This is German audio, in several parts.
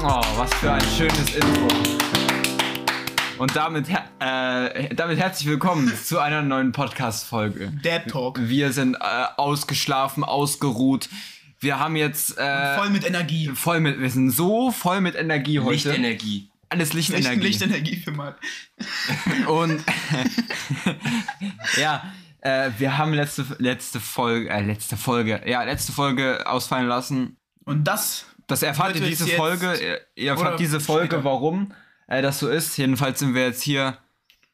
Oh, was für ein schönes Intro. Und damit, her äh, damit herzlich willkommen zu einer neuen Podcast-Folge. Dad Talk. Wir sind äh, ausgeschlafen, ausgeruht. Wir haben jetzt äh, Voll mit Energie. voll mit, wir sind so voll mit Energie heute. Lichtenergie. Alles Licht, Lichtenergie. Lichtenergie für mal. Und ja, äh, wir haben letzte, letzte Folge, äh, letzte Folge, ja, letzte Folge ausfallen lassen. Und das, Das erfahrt ihr Wird diese jetzt- Folge. Ihr- Ihr erfahrt oder diese Folge, später. warum äh, das so ist. Jedenfalls sind wir jetzt hier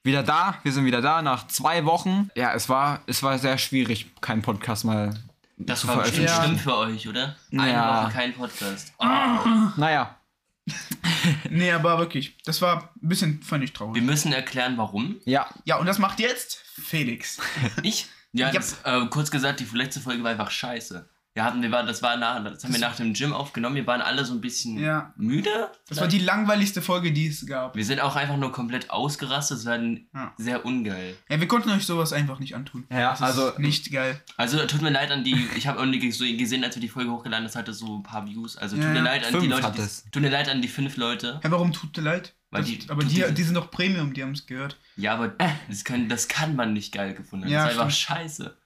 wieder da. Wir sind wieder da nach zwei Wochen. Ja, es war, es war sehr schwierig, keinen Podcast mal Das zu war veröffentlichen. bestimmt Ja. schlimm für euch, oder? Eine Ja. Woche kein Podcast. Oh, Naja, nee, aber wirklich, das war ein bisschen, fand ich Wir traurig. müssen erklären, warum. ja, Ja, und das macht jetzt Felix. Ich? Ja, Yep. das, äh, kurz gesagt, die letzte Folge war einfach scheiße. Wir hatten, wir waren, das war nach, das haben wir nach dem Gym aufgenommen. Wir waren alle so ein bisschen Ja. müde. Das war die langweiligste Folge, die es gab. wir sind auch einfach nur komplett ausgerastet. Es war ein- Ja. sehr ungeil. Ja, wir konnten euch sowas einfach nicht antun. Ja, das ist also- Nicht geil. Also tut mir leid an die, ich habe irgendwie so gesehen, als wir die Folge hochgeladen, das hatte so ein paar Views. Also tut Ja, mir ja. leid an die Fünf Leute. hat es. Die, tut mir leid an die fünf Leute. Ja, warum tut dir leid? Weil das, die- aber tut die, diese- die sind doch Premium, die haben es gehört. Ja, aber das, können, das kann man nicht geil gefunden haben. Äh. Ja, das ist einfach scheiße.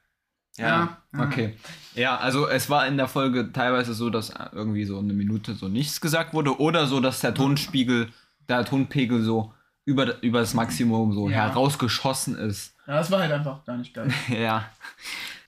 ja. okay. Ja, also es war in der Folge teilweise so, dass äh, irgendwie so eine Minute so nichts gesagt wurde oder so, dass der Tonspiegel, der Tonpegel so über, über das Maximum so Ja. herausgeschossen ist. Ja, das war halt einfach gar nicht geil. Ja.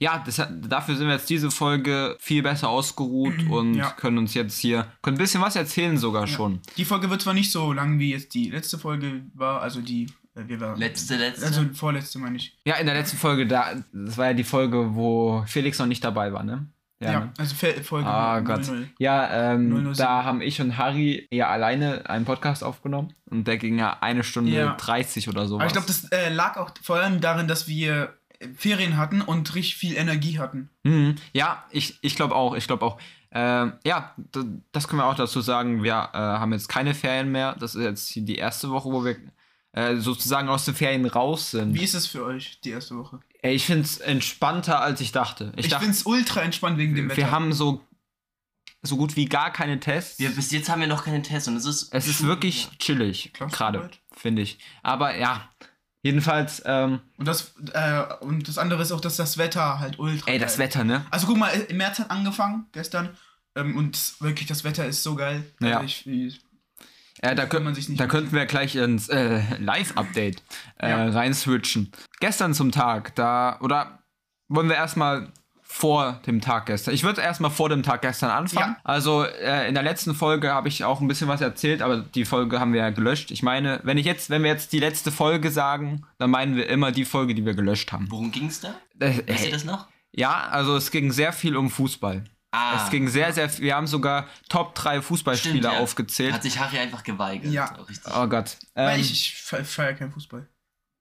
Ja, das, hat- dafür sind wir jetzt diese Folge viel besser ausgeruht und Ja. können uns jetzt hier, können ein bisschen was erzählen sogar schon. Die Folge wird zwar nicht so lang, wie jetzt die letzte Folge war, also die, äh, wir waren. Letzte, letzte. Also vorletzte, meine ich. Ja, in der letzten Folge, da, das war ja die Folge, wo Felix noch nicht dabei war, ne? Ja, ne? also Fe- Folge Ah Gott. 00. Ja, ähm, 007. da haben ich und Harry ja alleine einen Podcast aufgenommen und der ging ja eine Stunde Ja. 30 oder so. Aber ich glaube, das äh, lag auch vor allem darin, dass wir äh, Ferien hatten und richtig viel Energie hatten. Mhm. Ja, ich, ich glaube auch, ich glaube auch. Ähm, ja, d- das können wir auch dazu sagen. Wir äh, haben jetzt keine Ferien mehr. Das ist jetzt die erste Woche, wo wir äh, sozusagen aus den Ferien raus sind. Wie ist es für euch, die erste Woche? Ey, ich finde es entspannter, als ich dachte. Ich, Ich, dachte, find's ultra entspannt wegen dem Wetter. wir haben so, so gut wie gar keine Tests. Wir, bis jetzt haben wir noch keinen Test und es ist. es ist schon- wirklich chillig, gerade, Klassenarbeit. finde ich. Aber ja, jedenfalls, ähm, und, das, äh, und das andere ist auch, dass das Wetter halt ultra. ey, das geil. Wetter, ne? Also guck mal, im März hat angefangen, gestern. Ähm, und wirklich, das Wetter ist so geil. Also Ja. ich, ich, Äh, da, Kann könnt, man sich nicht da merken. könnten wir gleich ins äh, Live-Update äh, Ja. reinswitchen. Gestern zum Tag, da, oder wollen wir erstmal vor dem Tag gestern. Ich würde erstmal vor dem Tag gestern anfangen. Ja. Also äh, in der letzten Folge habe ich auch ein bisschen was erzählt, aber die Folge haben wir ja gelöscht. Ich meine, wenn ich jetzt, wenn wir jetzt die letzte Folge sagen, dann meinen wir immer die Folge, die wir gelöscht haben. Worum ging's da? Äh, Wisst ihr äh, das noch? ja, also es ging sehr viel um Fußball. Ah. Es ging sehr, sehr viel. Wir haben sogar Top 3 Fußballspieler Stimmt, ja. aufgezählt. Hat sich Harry einfach geweigert. Ja. Auch Richtig. Oh Gott. weil Ähm, ich, ich fe- feier keinen Fußball.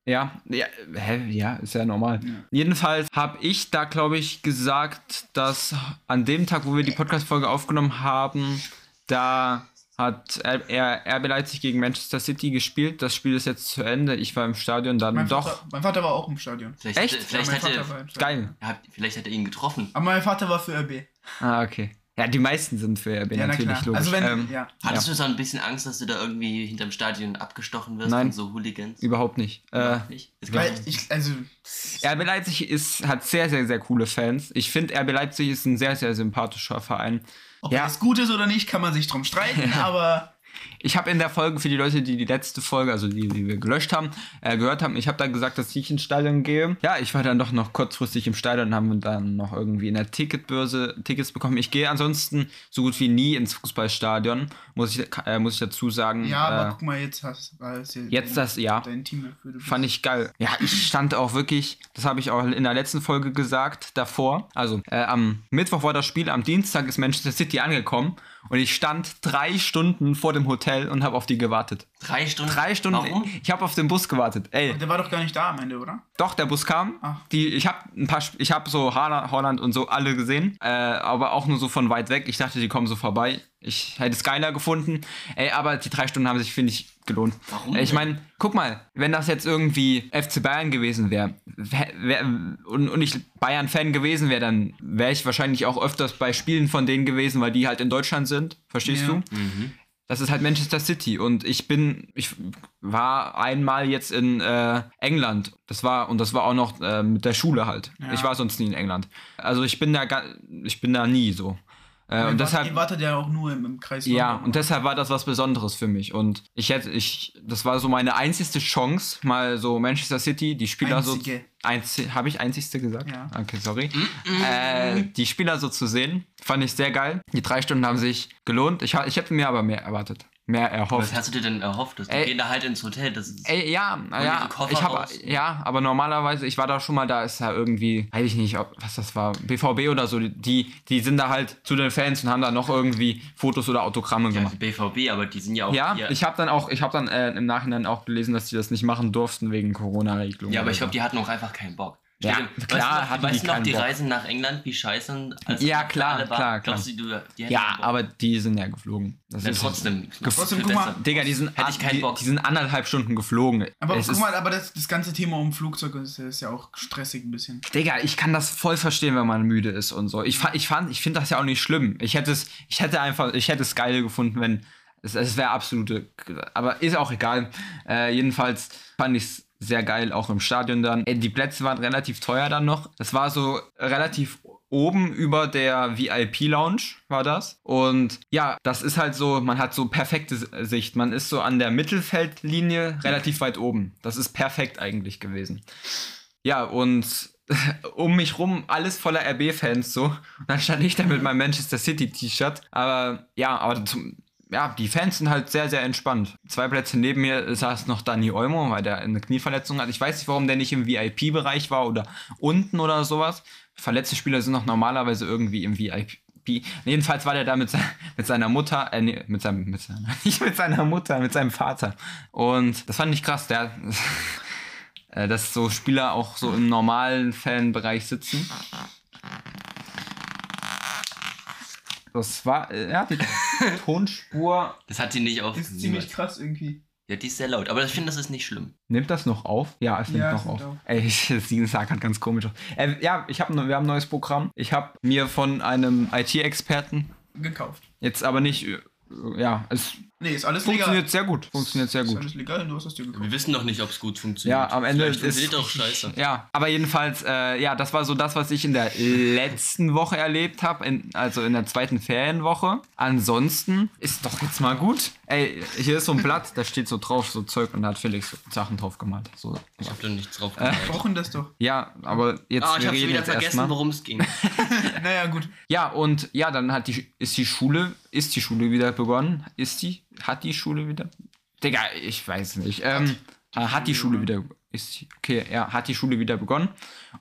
Ja, ja, hä, ja, ist ja normal. Jedenfalls habe ich da, glaube ich, gesagt, dass an dem Tag, wo wir die Podcast-Folge aufgenommen haben, da hat R- R- RB Leipzig gegen Manchester City gespielt. Das Spiel ist jetzt zu Ende. Ich war im Stadion dann Mein doch. Vater, mein Vater war auch im Stadion. Vielleicht, Echt? Hätte, vielleicht, ja, mein hat Vater war er, im Stadion. Geil. ja, vielleicht hat er ihn getroffen. Aber mein Vater war für RB. Ah, okay. Ja, die meisten sind für RB Ja, na natürlich klar. logisch. Also wenn, ähm, ja. Hattest du so ein bisschen Angst, dass du da irgendwie hinterm Stadion abgestochen wirst Nein. von so Hooligans? Überhaupt nicht. Äh, Nicht? Es Weil gibt- ich, also, RB Leipzig ist, hat sehr, sehr, sehr coole Fans. Ich finde, RB Leipzig ist ein sehr, sehr sympathischer Verein. ob Ja. das gut ist oder nicht, kann man sich drum streiten, aber Ich habe in der Folge für die Leute, die die letzte Folge, also die, die wir gelöscht haben, äh, gehört haben, ich habe da gesagt, dass ich ins Stadion gehe. Ja, ich war dann doch noch kurzfristig im Stadion und haben dann noch irgendwie in der Ticketbörse Tickets bekommen. Ich gehe ansonsten so gut wie nie ins Fußballstadion, muss ich, äh, muss ich dazu sagen. Ja, aber äh, guck mal, jetzt hast war es hier jetzt dein, das, ja, dein Team dafür. Du fand ich geil. Ja, ich stand auch wirklich, das habe ich auch in der letzten Folge gesagt, davor. Also äh, am Mittwoch war das Spiel, am Dienstag ist Manchester City angekommen und ich stand drei Stunden vor dem Hotel und habe auf die gewartet. drei Stunden. Drei Stunden. Warum? Ich habe auf den Bus gewartet. Ey, Der war doch gar nicht da am Ende, oder? doch, der Bus kam. Ah. Ach. Die, ich habe ein paar, Sp- ich habe so Haaland Holland und so alle gesehen, äh, aber auch nur so von weit weg. Ich dachte, die kommen so vorbei. Ich hätte es geiler gefunden. Ey, aber die drei Stunden haben sich, finde ich, gelohnt. Warum Äh, Ich denn? meine, guck mal, wenn das jetzt irgendwie FC Bayern gewesen wäre wär, wär, und, und ich Bayern-Fan gewesen wäre, dann wäre ich wahrscheinlich auch öfters bei Spielen von denen gewesen, weil die halt in Deutschland sind. Verstehst Ja. du? Das ist halt Manchester City und ich bin, ich war einmal jetzt in äh, England. Das war und das war auch noch äh, mit der Schule halt. Ja. Ich war sonst nie in England. Also ich bin da, ga- ich bin da nie so. Äh, und Ihr deshalb wart- Ihr wartet ja eh auch nur im, im Kreis. ja, London. und deshalb war das was Besonderes für mich. Und ich hätte, ich, das war so meine einzigste Chance, mal so Manchester City, die Spieler Einzige. so. Einzige. Habe ich einzigste gesagt? Ja. Okay, sorry. Mm, Äh, die Spieler so zu sehen, fand ich sehr geil. Die drei Stunden haben sich gelohnt. Ich, ha- ich hätte mir aber mehr erwartet. Mehr Was erhofft. hast du dir denn erhofft? Dass die Ey. gehen da halt ins Hotel. Das ist, Ey, ja, ja, ihre Koffer ich hab, raus. ja, aber normalerweise, ich war da schon mal, da ist ja irgendwie, weiß ich nicht, ob, was das war, BVB oder so, die, die sind da halt zu den Fans und haben da noch irgendwie Fotos oder Autogramme ja, gemacht. die BVB, aber die sind ja auch Ja, hier. ich habe dann auch, ich habe dann äh, im Nachhinein auch gelesen, dass die das nicht machen durften wegen Corona-Regelungen. ja, aber ich oder glaube, die hatten auch einfach keinen Bock. Ja, Stell dir- klar weißt du, noch- hatten weißt die du noch keinen die Bock. Reisen nach England, wie scheiße? und als- Ja, als klar, alle waren? klar, klar. Glaubst du, du, die so. hätten ja keinen Bock? aber die sind ja geflogen. Das Ja, ist- trotzdem. Trotzdem, viel guck mal, besser. Digga, die sind, Hätte ich keinen die, Bock. die sind anderthalb Stunden geflogen. Aber es guck ist, mal, aber das, das ganze Thema um Flugzeuge ist, ist ja auch stressig ein bisschen. Digga, ich kann das voll verstehen, wenn man müde ist und so. Ich, fa- ich fand, ich finde das ja auch nicht schlimm. Ich hätte es, ich hätte einfach, ich hätte es geil gefunden, wenn es, es wäre absolute, aber ist auch egal. Äh, jedenfalls fand ich es sehr geil, auch im Stadion dann. Äh, die Plätze waren relativ teuer dann noch. Es war so relativ oben über der VIP-Lounge war das. Und ja, das ist halt so, man hat so perfekte S- Sicht. Man ist so an der Mittelfeldlinie relativ weit oben. Das ist perfekt eigentlich gewesen. Ja, und um mich rum alles voller RB-Fans so. Und dann stand ich da mit meinem Manchester City-T-Shirt. Aber ja, aber zum, ja, die Fans sind halt sehr, sehr entspannt. Zwei Plätze neben mir saß noch Dani Olmo, weil der eine Knieverletzung hat. Ich weiß nicht, warum der nicht im VIP-Bereich war oder unten oder sowas. Verletzte Spieler sind noch normalerweise irgendwie im VIP. Jedenfalls war der da mit, se mit seiner Mutter, äh, nee, mit seinem, mit seiner, nicht mit seiner Mutter, mit seinem Vater. Und das fand ich krass, der, äh, dass so Spieler auch so im normalen Fanbereich sitzen. Das war, äh, ja, die Tonspur. Das hat sie nicht auf. Ist ziemlich krass irgendwie. Ja, die ist sehr laut. Aber ich finde, das ist nicht schlimm. Nimmt das noch auf? Ja, es nimmt Ja, es noch nimmt auf. auf. Ey, ich, Steven sah gerade ganz komisch aus. Äh, ja, ich hab, ne- wir haben ein neues Programm. Ich habe mir von einem IT-Experten, Gekauft. jetzt aber nicht, äh, ja, es Nee, ist alles legal. funktioniert sehr gut. Funktioniert sehr Ist gut. alles legal, du hast das dir gekauft. Wir wissen noch nicht, ob es gut funktioniert. Ja, am Ende Vielleicht ist funktioniert auch scheiße. Ja, aber jedenfalls, äh, ja, das war so das, was ich in der letzten Woche erlebt habe, in, also in der zweiten Ferienwoche. Ansonsten ist doch jetzt mal gut. Ey, hier ist so ein Blatt, da steht so drauf, so Zeug und da hat Felix so Sachen drauf gemalt. So. Ich hab da nichts drauf gemacht. Wir brauchen das doch. Ja, aber jetzt Ah, wir ich hab schon reden wieder jetzt vergessen, erstmal. worum es ging. Naja, gut. Ja, und ja, dann hat die, ist die Schule, ist die Schule wieder begonnen? Ist die? Hat die Schule wieder? Digga, ich weiß nicht. Ähm, hat, hat die Schule wieder, ist die, okay, ja, hat die Schule wieder begonnen.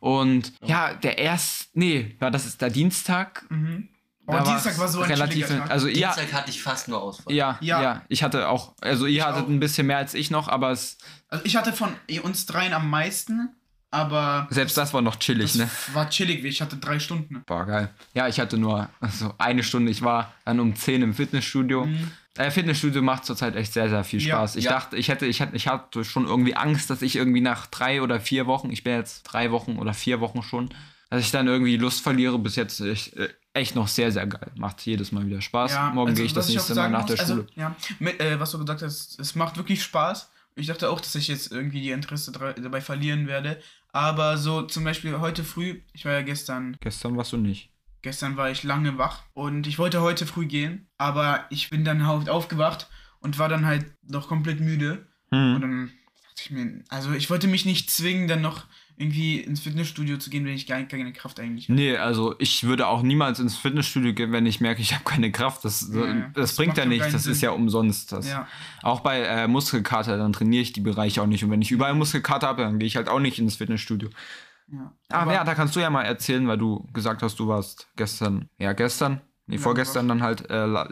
Und ja, der erste, nee, war das ist der Dienstag. Oh, Da war's Dienstag war so ein relativ, schwieriger Tag. also ja, Dienstag hatte ich fast nur Ausfall. ja, ja, Ja. ich hatte auch, also ihr hattet auch. ein bisschen mehr als ich noch, aber es, Also ich hatte von uns dreien am meisten, aber selbst das war noch chillig, ne? war chillig. Ich hatte drei Stunden. Boah, geil. Ja, ich hatte nur so eine Stunde. Ich war dann um 10 im Fitnessstudio. Äh, Fitnessstudio macht zurzeit echt sehr, sehr viel Mhm. Ja, Spaß. ich ja. dachte, ich hätte, ich hatte, ich hatte schon irgendwie Angst, dass ich irgendwie nach drei oder vier Wochen, ich bin jetzt drei Wochen oder vier Wochen schon, dass ich dann irgendwie Lust verliere. Bis jetzt ich, äh, echt noch sehr, sehr geil. Macht jedes Mal wieder Spaß. Morgen also gehe ich das was auch nächste Mal sagen nach der muss, also, Schule. Ja, mit, äh, was du gesagt hast, es macht wirklich Spaß. Ich dachte auch, dass ich jetzt irgendwie die Interesse dra- dabei verlieren werde. Aber so zum Beispiel heute früh, ich war ja gestern, Gestern warst du nicht. gestern war ich lange wach und ich wollte heute früh gehen, aber ich bin dann halt aufgewacht und war dann halt noch komplett müde. Und dann dachte ich mir, also ich wollte mich nicht zwingen, dann noch irgendwie ins Fitnessstudio zu gehen, wenn ich gar keine Kraft eigentlich habe. Nee, also ich würde auch niemals ins Fitnessstudio gehen, wenn ich merke, ich habe keine Kraft. Das, Ja, ja. das, Das bringt macht ja schon nichts. keinen Das ist Sinn. ja umsonst. Das. Ja. Auch bei äh, Muskelkater, dann trainiere ich die Bereiche auch nicht. Und wenn ich überall Muskelkater habe, dann gehe ich halt auch nicht ins Fitnessstudio. ja. Aber, ja, da kannst du ja mal erzählen, weil du gesagt hast, du warst gestern, ja, gestern, nee, Lange vorgestern dann halt, äh, la-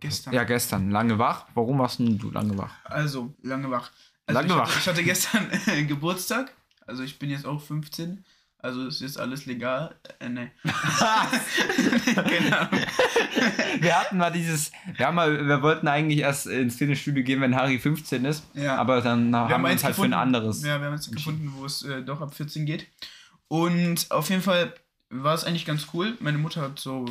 gestern. ja, gestern, lange wach. Warum warst denn du lange wach? Also, lange wach. Also Lange ich wach. Hatte, ich hatte gestern äh, Geburtstag. Also ich bin jetzt auch 15. Also ist jetzt alles legal. Äh, nee. Keine Ahnung. Wir hatten mal dieses, wir, haben mal, wir wollten eigentlich erst ins Fitnessstudio gehen, wenn Harry 15 ist, Ja. aber dann haben wir uns halt für ein anderes. Ja, wir haben eins gefunden, wo es äh, doch ab 14 geht. Und auf jeden Fall war es eigentlich ganz cool. Meine Mutter hat so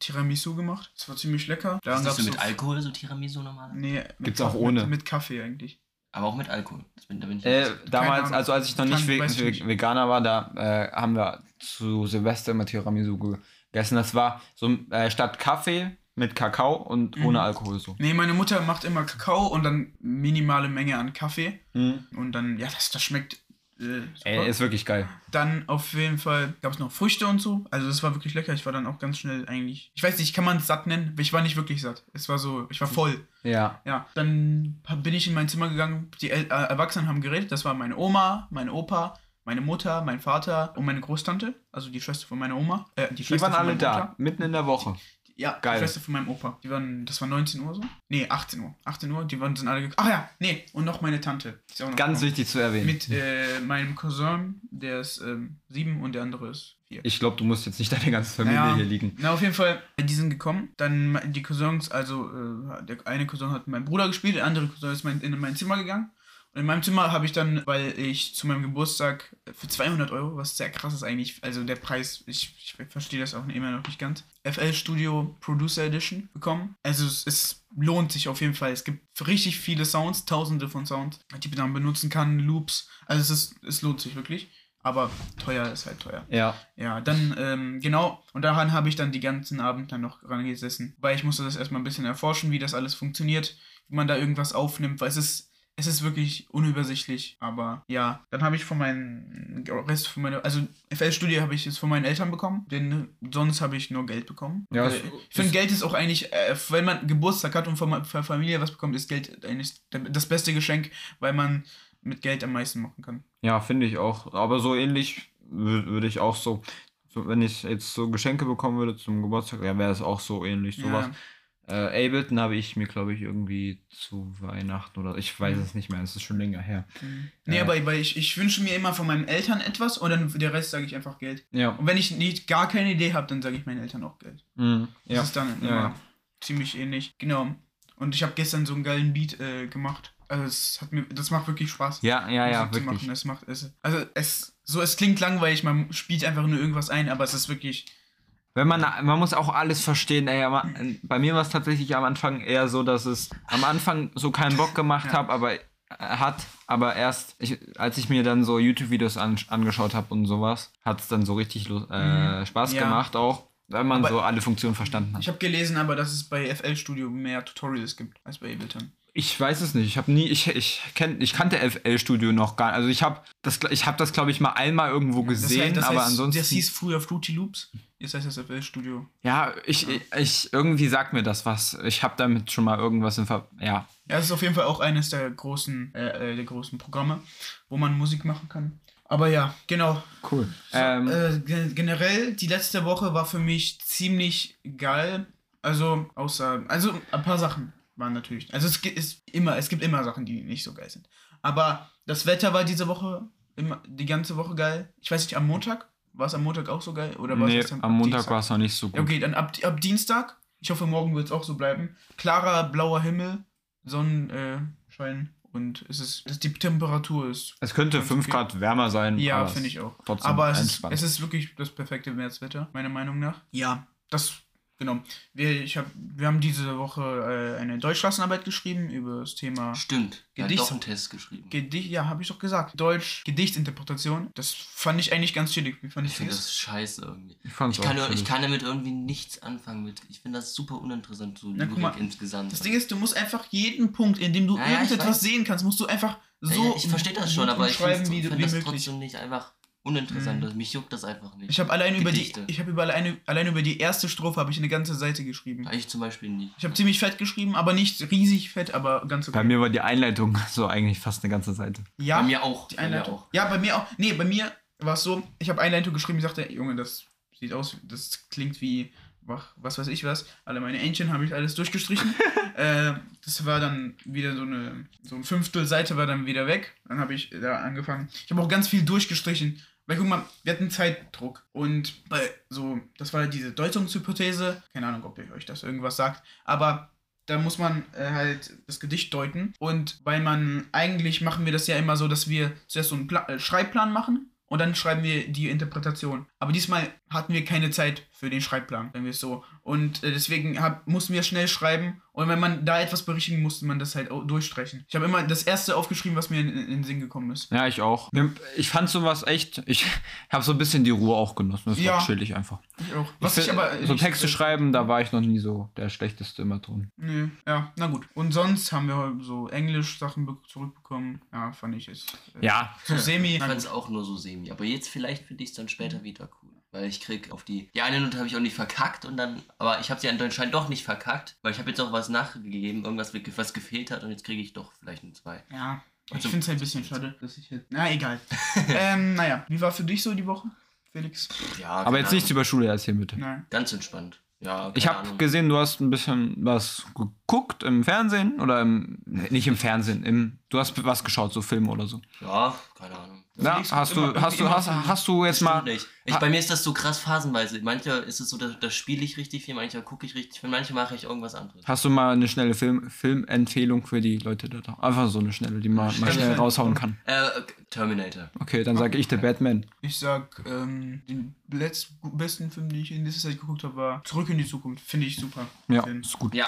Tiramisu gemacht. Es war ziemlich lecker. Daran Ist das so gab's mit so- Alkohol so Tiramisu normal? Nee, mit Gibt's Kaff- auch ohne. Mit, mit Kaffee eigentlich. Aber auch mit Alkohol. Das bin, da bin ich Äh, raus. damals, Ahnung. also als ich noch nicht, Kann- ve- weiß ich nicht. Veganer war, da äh, haben wir zu Silvester immer Tiramisu gegessen. Das war so äh, statt Kaffee mit Kakao und Mhm. ohne Alkohol so. Nee, meine Mutter macht immer Kakao und dann minimale Menge an Kaffee. Und dann, ja, das, das schmeckt. Äh, super. Ey, ist wirklich geil. Dann auf jeden Fall gab es noch Früchte und so. Also das war wirklich lecker. Ich war dann auch ganz schnell eigentlich. Ich weiß nicht, kann man es satt nennen? Ich war nicht wirklich satt. Es war so, Mhm. ich war voll. Ja. Ja. Dann hab- bin ich in mein Zimmer gegangen. Die El äh, Erwachsenen haben geredet. Das war meine Oma, mein Opa, meine Mutter, mein Vater und meine Großtante. Also die Schwester von meiner Oma. Äh, die Die Schwester waren von alle meiner da, Mutter. mitten in der Woche. Ja, Geil. die Schwester von meinem Opa. Die waren, das war 19 Uhr so? Nee, 18 Uhr. 18 Uhr, die waren, sind alle gekommen. Ach ja, nee, und noch meine Tante. Ist auch noch Ganz gekommen. wichtig zu erwähnen. Mit äh, meinem Cousin, der ist ähm, sieben und der andere ist vier. ich glaube, du musst jetzt nicht deine ganze Familie Naja. hier liegen. Na, auf jeden Fall, die sind gekommen. Dann me- die Cousins, also äh, der eine Cousin hat mein Bruder gespielt, der andere Cousin ist mein, in mein Zimmer gegangen. Und in meinem Zimmer habe ich dann, weil ich zu meinem Geburtstag für 200 Euro, was sehr krass ist eigentlich, also der Preis, ich, ich verstehe das auch immer noch nicht ganz, FL Studio Producer Edition bekommen. Also es, es lohnt sich auf jeden Fall. Es gibt richtig viele Sounds, tausende von Sounds, die man dann benutzen kann, Loops. Also es, ist, es lohnt sich wirklich. Aber teuer ist halt teuer. Ja. Ja, dann, ähm, genau, und daran habe ich dann die ganzen Abend dann noch rangesessen. Weil ich musste das erstmal ein bisschen erforschen, wie das alles funktioniert, wie man da irgendwas aufnimmt, weil es ist, es ist wirklich unübersichtlich. Aber ja, dann habe ich von meinen Rest von meiner, also FL-Studie habe ich jetzt von meinen Eltern bekommen, denn sonst habe ich nur Geld bekommen. Ja, Weil es- ich finde, es- Geld ist auch eigentlich, äh, wenn man Geburtstag hat und von ma- von der Familie was bekommt, ist Geld eigentlich das beste Geschenk, weil man mit Geld am meisten machen kann. Ja, finde ich auch. Aber so ähnlich wür- würde ich auch so, so, wenn ich jetzt so Geschenke bekommen würde zum Geburtstag, ja, wäre es auch so ähnlich, sowas. Äh, Ableton habe ich mir, glaube ich, irgendwie zu Weihnachten oder ich Mhm. weiß es nicht mehr, es ist schon länger her. Nee, Äh. aber weil ich, ich wünsche mir immer von meinen Eltern etwas und dann der Rest sage ich einfach Geld. Ja. Und wenn ich nicht gar keine Idee habe, dann sage ich meinen Eltern auch Geld. Mhm. Das ja. ist dann immer Ja, ja. ziemlich ähnlich. Genau. Und ich habe gestern so einen geilen Beat äh, gemacht. Also es hat mir, das macht wirklich Spaß. ja, ja, ja, Musik zu wirklich. Machen. ne? Es macht, es, also es, so, es klingt langweilig, man spielt einfach nur irgendwas ein, aber es ist wirklich, Wenn man, man muss auch alles verstehen. Ey, aber, äh, bei mir war es tatsächlich am Anfang eher so, dass es am Anfang so keinen Bock gemacht hab, aber äh, hat, aber erst, ich, als ich mir dann so YouTube-Videos an, angeschaut habe und sowas, hat es dann so richtig lu- äh, Spaß Mhm. Ja. gemacht auch, weil man Aber- so alle Funktionen verstanden ich hat. habe gelesen, aber dass es bei FL Studio mehr Tutorials gibt als bei Ableton. Ich weiß es nicht. Ich habe nie, ich, ich, kenn, ich kannte FL Studio noch gar nicht. Also ich habe das, gl- ich habe das glaube ich mal einmal irgendwo gesehen, das heißt, das aber heißt, ansonsten. Das hieß früher Fruity Loops, jetzt heißt das FL Studio. ja, ich, ich, ich irgendwie sagt mir das was. Ich habe damit schon mal irgendwas in Ver ja. Ja, es ist auf jeden Fall auch eines der großen, äh, äh, der großen Programme, wo man Musik machen kann. Aber ja, genau. Cool. Ähm, Äh, gen- generell, die letzte Woche war für mich ziemlich geil. Also, außer, also ein paar Sachen waren natürlich. Also es gibt ist immer, es gibt immer Sachen, die nicht so geil sind. Aber das Wetter war diese Woche immer, die ganze Woche geil. Ich weiß nicht, am Montag? War es am Montag auch so geil? Oder war nee, es erst am Montag Dienstag? war es noch nicht so gut. Ja, okay, dann ab, ab Dienstag. Ich hoffe, morgen wird es auch so bleiben. Klarer blauer Himmel, Sonnenschein und es ist, dass die Temperatur ist. Es könnte Ganz 5 okay. Grad wärmer sein. Ja, aber es finde ich auch. Trotzdem Aber es ist, entspannt. es ist wirklich das perfekte Märzwetter, meiner Meinung nach. Ja, das, genau. Wir, ich hab, wir haben diese Woche äh, eine Deutschklassenarbeit geschrieben über das Thema Stimmt. Er hat Gedicht- doch einen Test geschrieben. Gedicht. Ja, habe ich doch gesagt. Deutsch, Gedichtinterpretation. Das fand ich eigentlich ganz chillig. Wie fand ich ich finde das? das scheiße irgendwie. ich, fand's Ich kann, auch nur- ich schön. kann damit irgendwie nichts anfangen. Mit. Ich finde das super uninteressant, so Na, guck Lyrik mal, insgesamt. Das Ding ist, du musst einfach jeden Punkt, in dem du Ja, ja, ich irgendetwas weiß. sehen kannst, musst du einfach so. ja, ja, ich verstehe das schon, gut aber ich umschreiben, finde wie, du- find wie das möglich. trotzdem nicht einfach uninteressant. Mhm. Das- Mich juckt das einfach nicht. Ich habe allein über die, Gedichte. ich habe über alleine, allein über die erste Strophe habe ich eine ganze Seite geschrieben. ich zum Beispiel nicht. Ich habe ziemlich fett geschrieben, aber nicht riesig fett, aber ganz okay. Bei mir war die Einleitung so eigentlich fast eine ganze Seite. ja, Bei mir auch. die bei mir Einleitung. auch. Ja, bei mir auch. Nee, bei mir war es so, ich habe Einleitung geschrieben, ich sagte, Junge, das sieht aus, das klingt wie wach, was weiß ich was. Alle meine Entchen habe ich alles durchgestrichen. äh, das war dann wieder so eine so ein Fünftel Seite war dann wieder weg. Dann habe ich da angefangen. Ich habe auch ganz viel durchgestrichen. Weil guck mal, wir hatten Zeitdruck. Und bei so, das war diese Deutungshypothese. Keine Ahnung, ob ihr euch das irgendwas sagt. Aber da muss man äh, halt das Gedicht deuten. Und weil man, eigentlich machen wir das ja immer so, dass wir zuerst so einen Pla äh, Schreibplan machen. und dann schreiben wir die Interpretation. Aber diesmal hatten wir keine Zeit für den Schreibplan, sagen wir es so. Und äh, deswegen hab, mussten wir schnell schreiben. Und wenn man da etwas berichtigen musste, man das halt au- durchstreichen. Ich habe immer das erste aufgeschrieben, was mir in, in den Sinn gekommen ist. Ja, ich auch. Ich fand sowas echt, ich habe so ein bisschen die Ruhe auch genossen. Das Ja. war chillig einfach. Ich auch. Was ich ich, find, aber. äh, so ich- Texte äh, schreiben, da war ich noch nie so der schlechteste immer drin. Nee, ja, na gut. Und sonst haben wir so Englisch-Sachen be- zurückbekommen. Ja, fand ich es. äh, Ja, So semi. Ich fand es auch nur so semi. Aber jetzt vielleicht finde ich es dann Mhm. später wieder cool. Weil ich krieg auf die. Die eine Note habe ich auch nicht verkackt und dann. Aber ich habe sie anscheinend doch nicht verkackt, weil ich habe jetzt auch was nachgegeben, irgendwas, was gefehlt hat und jetzt kriege ich doch vielleicht ein zwei. Ja. Ich Also- finde es halt ein bisschen schade, dass ich jetzt. Na, egal. ähm, naja. Wie war für dich so die Woche, Felix? Ja, aber keine jetzt nichts Ahnung. über Schule erzählen, bitte. Nein. Ganz entspannt. Ja, Ich keine habe Ahnung. gesehen, du hast ein bisschen was geguckt im Fernsehen oder im, nee, nicht im Fernsehen, im, du hast was geschaut, so Filme oder so. Ja, keine Ahnung. Ja, liegst hast du, immer- hast du, immer hast, Fernsehen. hast du jetzt mal, Stimmt nicht. Ich, bei mir ist das so krass phasenweise. Manchmal ist es so, da, da spiele ich richtig viel, manchmal gucke ich richtig viel, manchmal mache ich irgendwas anderes. hast du mal eine schnelle Film, Filmempfehlung für die Leute da? draußen? Einfach so eine schnelle, die man mal Stimmt. schnell raushauen kann. Äh, okay, Terminator. Okay, dann sage ich der Batman. Ich sag, ähm, den letzt, besten Film, den ich in letzter Zeit geguckt habe, war Zurück in die Zukunft. Finde ich super. Ja, Film. ist gut. Ja,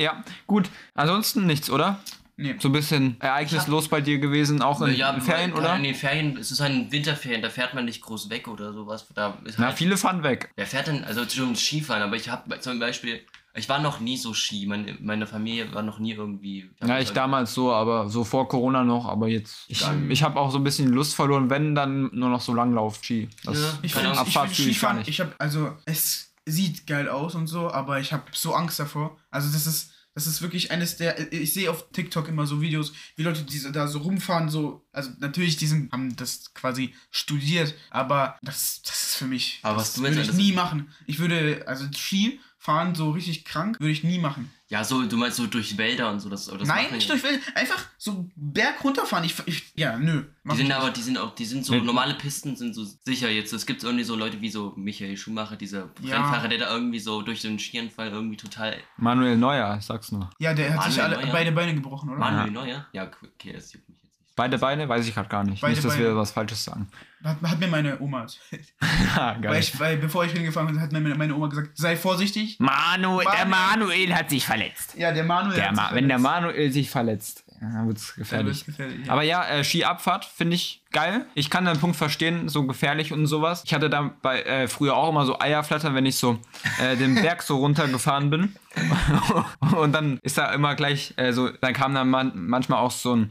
Ja, gut. Ansonsten nichts, oder? Nee. So ein bisschen ereignislos bei dir gewesen, auch in, ja in Ferien, gerade oder? In den Ferien, es ist ein Winterferien, da fährt man nicht groß weg oder sowas. Da ist Na, halt, viele fahren weg. wer fährt denn, also zum Skifahren, aber ich habe zum Beispiel, ich war noch nie so Ski, meine, meine Familie war noch nie irgendwie. also hab Ja, mich ich irgendwie- damals so, aber so vor Corona noch, aber jetzt. Ich, Dann- ich habe auch so ein bisschen die Lust verloren, wenn dann nur noch so Langlauf-Ski. Das Ja, Ich Keine finde Ahnung. ich find Abfahrt fühl ich gar Skifahren, nicht. ich habe also es sieht geil aus und so, aber ich habe so Angst davor. Also das ist das ist wirklich eines der ich sehe auf TikTok immer so Videos, wie Leute die so- da so rumfahren so, also natürlich die sind haben das quasi studiert, aber das das ist für mich Aber das was du jetzt würde ich alles- nie machen. Ich würde also Ski fahren so richtig krank würde ich nie machen. Ja, so, du meinst so durch Wälder und so, das, das Nein, macht man nicht ja durch Wälder, einfach so berg runterfahren. Ich, ich ja, nö. mach Die sind ich aber, nicht. die sind auch, die sind so, Nee. normale Pisten sind so sicher jetzt. Es gibt irgendwie so Leute wie so Michael Schumacher, dieser Ja. Rennfahrer, der da irgendwie so durch den Skianfall irgendwie total. Manuel Neuer, ich sag's nur. Ja, der hat sich Manuel alle, Neuer. beide Beine gebrochen, oder? Manuel Neuer? Ja, okay, das juckt mich jetzt nicht. Beide Beine, weiß ich gerade gar nicht. Beide nicht, dass wir Beine. was Falsches sagen. Hat, hat mir meine Oma erzählt. Ha, Weil, Geil. ich, weil bevor ich hingefahren bin, hat mir meine, meine Oma gesagt, sei vorsichtig. Manuel, der Manuel- Manuel hat sich verletzt. Ja, der Manuel. Der hat sich Ma wenn der verletzt. Manuel sich verletzt, ja, dann wird's Dann wird's gefährlich. gefährlich. Ja. Aber ja, äh, Skiabfahrt finde ich geil. Ich kann den Punkt verstehen, so gefährlich und sowas. Ich hatte da bei, äh, früher auch immer so Eierflattern, wenn ich so äh, den Berg so runtergefahren bin. und dann ist da immer gleich, äh, so, dann kam dann man, manchmal auch so ein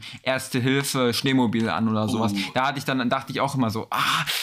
Erste-Hilfe-Schneemobil an oder sowas. Oh. Da hatte ich dann, dachte ich auch immer so, ah,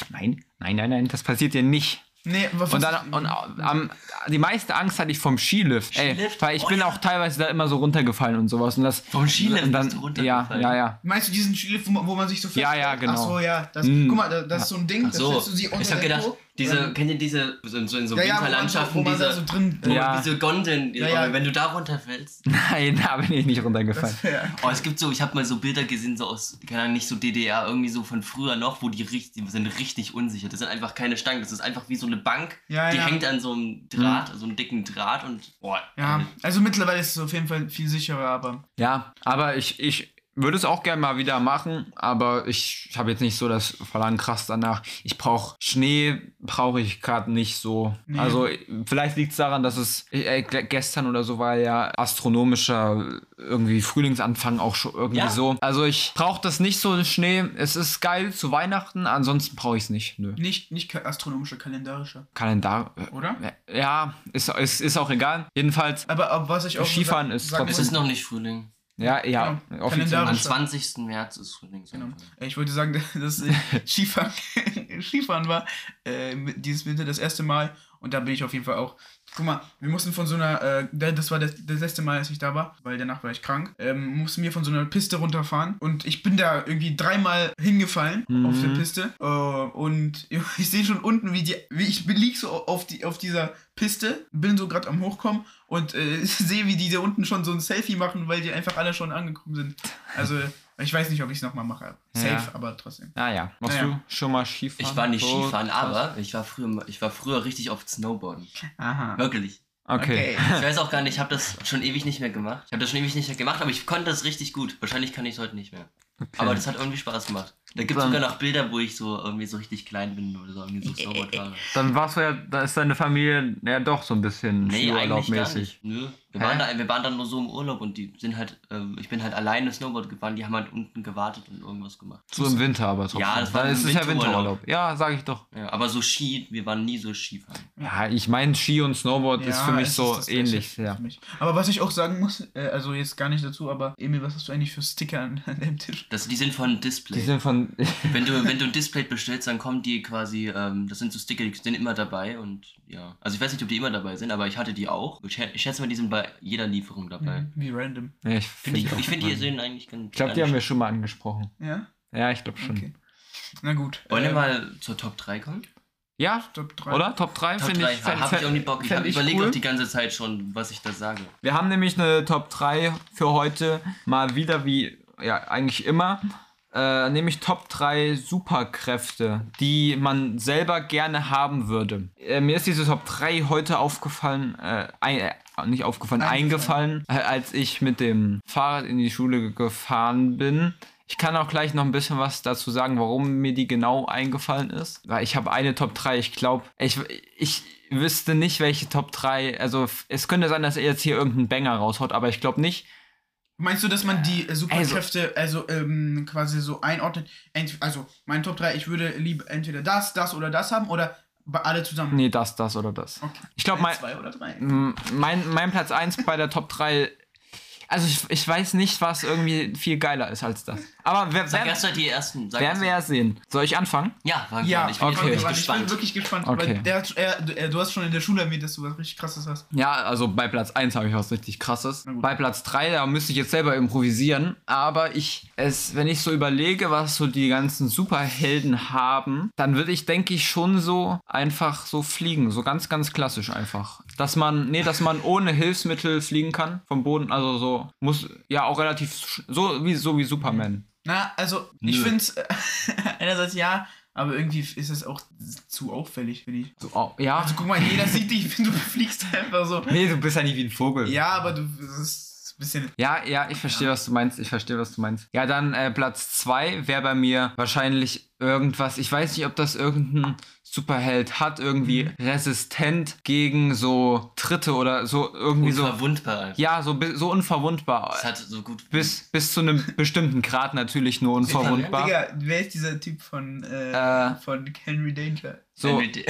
nein, nein, nein, nein, das passiert dir nicht. Nee, was Und dann und, au- am, die meiste Angst hatte ich vom Skilift. Ey, Skilift? weil ich Oh bin ja. auch teilweise da immer so runtergefallen und sowas. Und das, Vom Skilift und dann, bist du Ja, runtergefallen? ja, ja. Meinst du diesen Schliff, wo, man- wo man sich so Ja, ja, genau. Achso, ja. Das, Mm. Guck mal, da, das ist so ein Ding, Ach so, das setzt du sie unter ich hab der gedacht, Po. diese, Ja, kennt ihr diese, so in so, in so ja, wo man, so- wo Winterlandschaften, man da so diese, drin. wo Ja. diese Gondeln, Ja, ja. aber wenn du da runterfällst. Nein, da bin ich nicht runtergefallen. Ja. Oh, es gibt so, ich habe mal so Bilder gesehen, so aus, keine Ahnung, nicht so DDR, irgendwie so von früher noch, wo die, richtig, die sind richtig unsicher. Das sind einfach keine Stangen, das ist einfach wie so eine Bank, Ja, die ja. hängt an so einem Draht, so einem dicken Draht und, oh, ja, also mittlerweile ist es auf jeden Fall viel sicherer, aber Ja, aber ich, ich würde es auch gerne mal wieder machen, aber ich habe jetzt nicht so das Verlangen krass danach. Ich brauche Schnee, brauche ich gerade nicht so. Nee. Also vielleicht liegt es daran, dass es äh, g- gestern oder so war ja astronomischer äh, irgendwie Frühlingsanfang auch schon irgendwie Ja. so. Also ich brauche das nicht so Schnee. Es ist geil zu Weihnachten, ansonsten brauche ich es nicht. Nö. nicht, nicht ka- astronomischer, kalendarischer, Kalendar. äh, oder? Ja, ist, ist, ist auch egal. Jedenfalls, Aber, aber was ich auch. Skifahren sag- ist sagen trotzdem- Es wollte- ist noch nicht Frühling. ja, ja, Genau. offiziell. Am Kalendarisch. 20. März ist Frühling. Genau. Äh, Ich wollte sagen, dass äh, Skifahren, Skifahren war äh, mit- dieses Winter das erste Mal und da bin ich auf jeden Fall auch. Guck mal, wir mussten von so einer, äh, da- das war das, das letzte Mal, als ich da war, weil danach war ich krank, ähm, mussten wir von so einer Piste runterfahren und ich bin da irgendwie dreimal hingefallen auf der Piste äh, und ich sehe schon unten, wie die, wie ich lieg so auf, die, auf dieser Piste, bin so gerade am Hochkommen und äh, sehe, wie die da unten schon so ein Selfie machen, weil die einfach alle schon angekommen sind. Also, ich weiß nicht, ob ich es nochmal mache. Safe, Ah, Ja. aber trotzdem. Naja, machst Naja. du schon mal Skifahren? Ich war nicht So, Skifahren, krass. aber ich war früher, ich war früher richtig oft Snowboarden. Aha. Wirklich. Okay. Ich weiß auch gar nicht, ich habe das schon ewig nicht mehr gemacht. Ich habe das schon ewig nicht mehr gemacht, aber ich konnte das richtig gut. Wahrscheinlich kann ich es heute nicht mehr. Aber das hat irgendwie Spaß gemacht. Da gibt es Dann- sogar noch Bilder, wo ich so irgendwie so richtig klein bin oder so irgendwie so zaubert war. Dann warst du ja, da ist deine Familie ja doch so ein bisschen Nee, eigentlich gar Skiurlaubmäßig. nicht. Nö. Wir, Hä? waren da, wir waren dann nur so im Urlaub und die sind halt, ähm, ich bin halt alleine Snowboard gefahren, die haben halt unten gewartet und irgendwas gemacht. So im Winter aber trotzdem. Ja, das war Dann ein ist es ja Winterurlaub. Winterurlaub. Ja, sag ich doch. Ja, aber so Ski, wir waren nie so Skifahren. Ja, ich meine, Ski und Snowboard ist für Ja, mich es so das Gleiche ähnlich. für Ja. mich. Aber was ich auch sagen muss, äh, also jetzt gar nicht dazu, aber Emil, was hast du eigentlich für Sticker an, an deinem Tisch? Das, die sind von Die Display. sind von. Wenn du, wenn du ein Display bestellst, dann kommen die quasi, ähm, das sind so Sticker, die sind immer dabei und ja. Also ich weiß nicht, ob die immer dabei sind, aber ich hatte die auch. Ich, schä- ich schätze mal, die sind bei jeder Lieferung dabei. Wie random. ja, ich Finde ich, auch- ich finde, die sehen eigentlich ganz Ich glaube, die haben wir schon mal angesprochen. Ja? Ja, ich glaube schon. Okay. Na gut. Wollen wir äh, mal zur Top 3 kommen? Ja, Top 3. oder? Top 3 Top finde 3, ich. fänd- habe ich fänd- irgendwie Bock. Ich fänd habe überlegt cool. auch die ganze Zeit schon, was ich da sage. Wir haben nämlich eine Top 3 für heute. Mal wieder wie ja, eigentlich immer. Äh, nämlich Top 3 Superkräfte, die man selber gerne haben würde. Äh, mir ist diese Top 3 heute aufgefallen, äh, ein, äh, nicht aufgefallen, eingefallen, äh, Eingefallen. als ich mit dem Fahrrad in die Schule gefahren bin. Ich kann auch gleich noch ein bisschen was dazu sagen, warum mir die genau eingefallen ist. Weil ich habe eine Top 3, ich glaube, ich, ich wüsste nicht, welche Top 3, also f- es könnte sein, dass er jetzt hier irgendeinen Banger raushaut, aber ich glaube nicht. Meinst du, dass man die äh, Superkräfte also, ähm, quasi so einordnet? Ent also, mein Top 3, ich würde lieber entweder das, das oder das haben oder be- alle zusammen. Nee, das, das oder das. Okay. Ich glaube, mein, Hm, Zwei oder drei. m- mein, mein Platz 1 bei der Top 3. Also ich, ich weiß nicht, was irgendwie viel geiler ist als das. Aber wer, Sag wer, erst mal die ersten. Sag werden wir erst- ja sehen. Soll ich anfangen? Ja, war Ja, ja, ich bin okay. okay. Ich bin gespannt. wirklich gespannt, Okay. weil der, hat- er, du- er, du hast schon in der Schule erwähnt, dass du was richtig krasses hast. Ja, also bei Platz 1 habe ich was richtig krasses. Na gut. Bei Platz 3, da müsste ich jetzt selber improvisieren. Aber ich, es, wenn ich so überlege, was so die ganzen Superhelden haben, dann würde ich, denke ich, schon so einfach so fliegen. So ganz, ganz klassisch einfach. Dass man, nee, dass man ohne Hilfsmittel fliegen kann vom Boden. Also so, muss, ja, auch relativ, sch- so wie, so wie Superman. Na, also, ich Nö. finde es einerseits ja, aber irgendwie ist es auch zu auffällig, finde ich. So, oh, ja. Also, guck mal, jeder sieht dich, wenn du fliegst einfach so. Nee, du bist ja nicht wie ein Vogel. Ja, aber du das ist ein bisschen. Ja, ja, ich verstehe, was du meinst. Ich verstehe, was du meinst. Ja, dann äh, Platz 2 wäre bei mir wahrscheinlich irgendwas. Ich weiß nicht, ob das irgendein Superheld hat, irgendwie Mhm. resistent gegen so Tritte oder so irgendwie so. Verwundbar. einfach. Ja, so, bi- so unverwundbar. Das hat so gut. Bis, bis zu einem bestimmten Grad natürlich nur unverwundbar. Digga, wer ist dieser Typ von, äh, Äh. von Henry Danger? So, Henry D-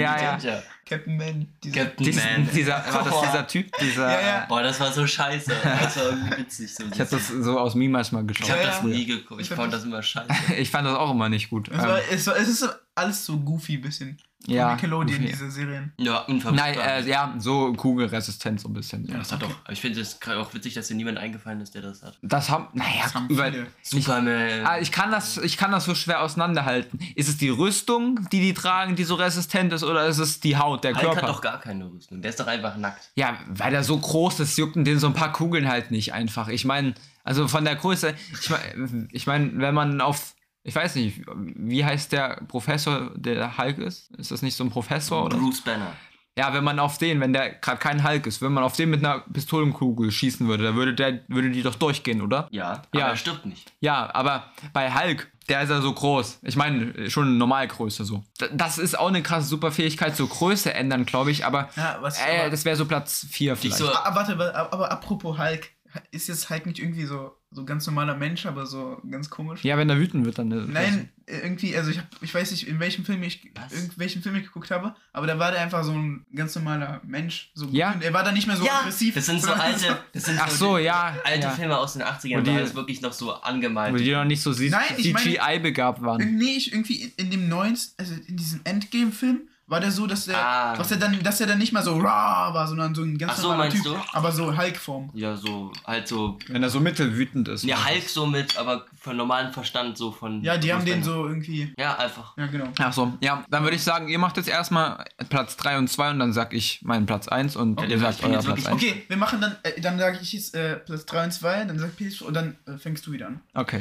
Ja, ja. Danger. Captain Man. Dieser Captain dies, Man. dieser, war das dieser Typ, dieser. Ja, ja. Boah, das war so scheiße. Das war irgendwie witzig. So Ich habe das so aus Meme manchmal ich geschaut. hab Ja, das ja. nie geguckt. Ich hab fand das- das immer scheiße. Ich fand das auch immer nicht gut. Ähm, es, war, es, war, es ist so alles so goofy bisschen. Von Ja, Nickelodeon, goofy. diese Serien. Ja, unverwundbar. Nein, äh, ja, so Kugelresistenz so ein bisschen. das hat doch. Ich finde es auch witzig, dass dir niemand eingefallen ist, der das hat. Das haben, naja, Das haben über, viele. Superman. Ah, ich kann das, ich kann das so schwer auseinanderhalten. Ist es die Rüstung, die die tragen, die so resistent ist, oder ist es die Haut, der Hulk hat Körper? doch gar keine Rüstung. Der ist doch einfach nackt. Ja, weil er so groß ist, jucken den so ein paar Kugeln halt nicht einfach. Ich meine, also von der Größe, ich meine, ich mein, wenn man auf, ich weiß nicht, wie heißt der Professor, der Hulk ist? Ist das nicht so ein Professor oder? Bruce Banner. Ja, wenn man auf den, wenn der gerade kein Hulk ist, wenn man auf den mit einer Pistolenkugel schießen würde, dann würde der, würde die doch durchgehen, oder? Ja, Ja. aber er stirbt nicht. Ja, aber bei Hulk, der ist ja so groß. Ich meine, schon Normalgröße so. D- Das ist auch eine krasse Superfähigkeit, so Größe ändern, glaube ich, aber Ja, was. äh, aber, das wäre so Platz 4 Die vielleicht. so, Ah, warte, aber, aber apropos Hulk. Ist jetzt Hulk nicht irgendwie so, so ganz normaler Mensch, aber so ganz komisch? ja, wenn er wütend wird, dann. äh, Nein, äh, irgendwie, also ich, hab, ich weiß nicht, in welchem Film ich Was? in welchem Film ich geguckt habe, aber da war der einfach so ein ganz normaler Mensch. So Ja. Und er war da nicht mehr so ja, aggressiv. das sind so sondern- alte, das sind Ach so, ja. alte ja. Filme aus den 80ern, Wo wo die- die alles wirklich noch so angemalt. Wo die noch nicht so C- Nein, ich meine- CGI begabt waren. Nee, ich irgendwie in, in dem neuen, also in diesem Endgame-Film war der so, dass er, Ah. was er dann, dass er dann nicht mal so rah war, sondern so ein ganz Ach so, normaler meinst Typ, du? aber so Hulk-Form. ja, so, halt so, Wenn er so mittelwütend ist. ja, Hulk so mit, aber von normalem Verstand so von. Ja, die haben Bruce den Banner. so irgendwie, Ja, einfach. ja genau. Ach so, ja, dann würde ich sagen, ihr macht jetzt erstmal Platz 3 und 2 und dann sag ich meinen Platz 1 und ihr sagt ich bin euer jetzt Platz wirklich- 1. Okay, wir machen dann, äh, dann sage ich jetzt äh, Platz 3 und 2, dann sagt Peter und dann äh, fängst du wieder an. Okay.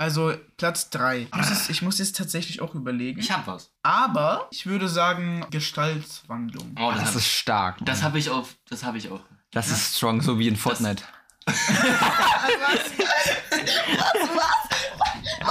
Also Platz 3. Ich muss, jetzt, ich muss jetzt tatsächlich auch überlegen. Ich hab was. Aber ich würde sagen, Gestaltwandlung. Oh, das, Das hab, ist stark. das hab ich auch, das hab ich auch. Das ist strong, so wie in Fortnite.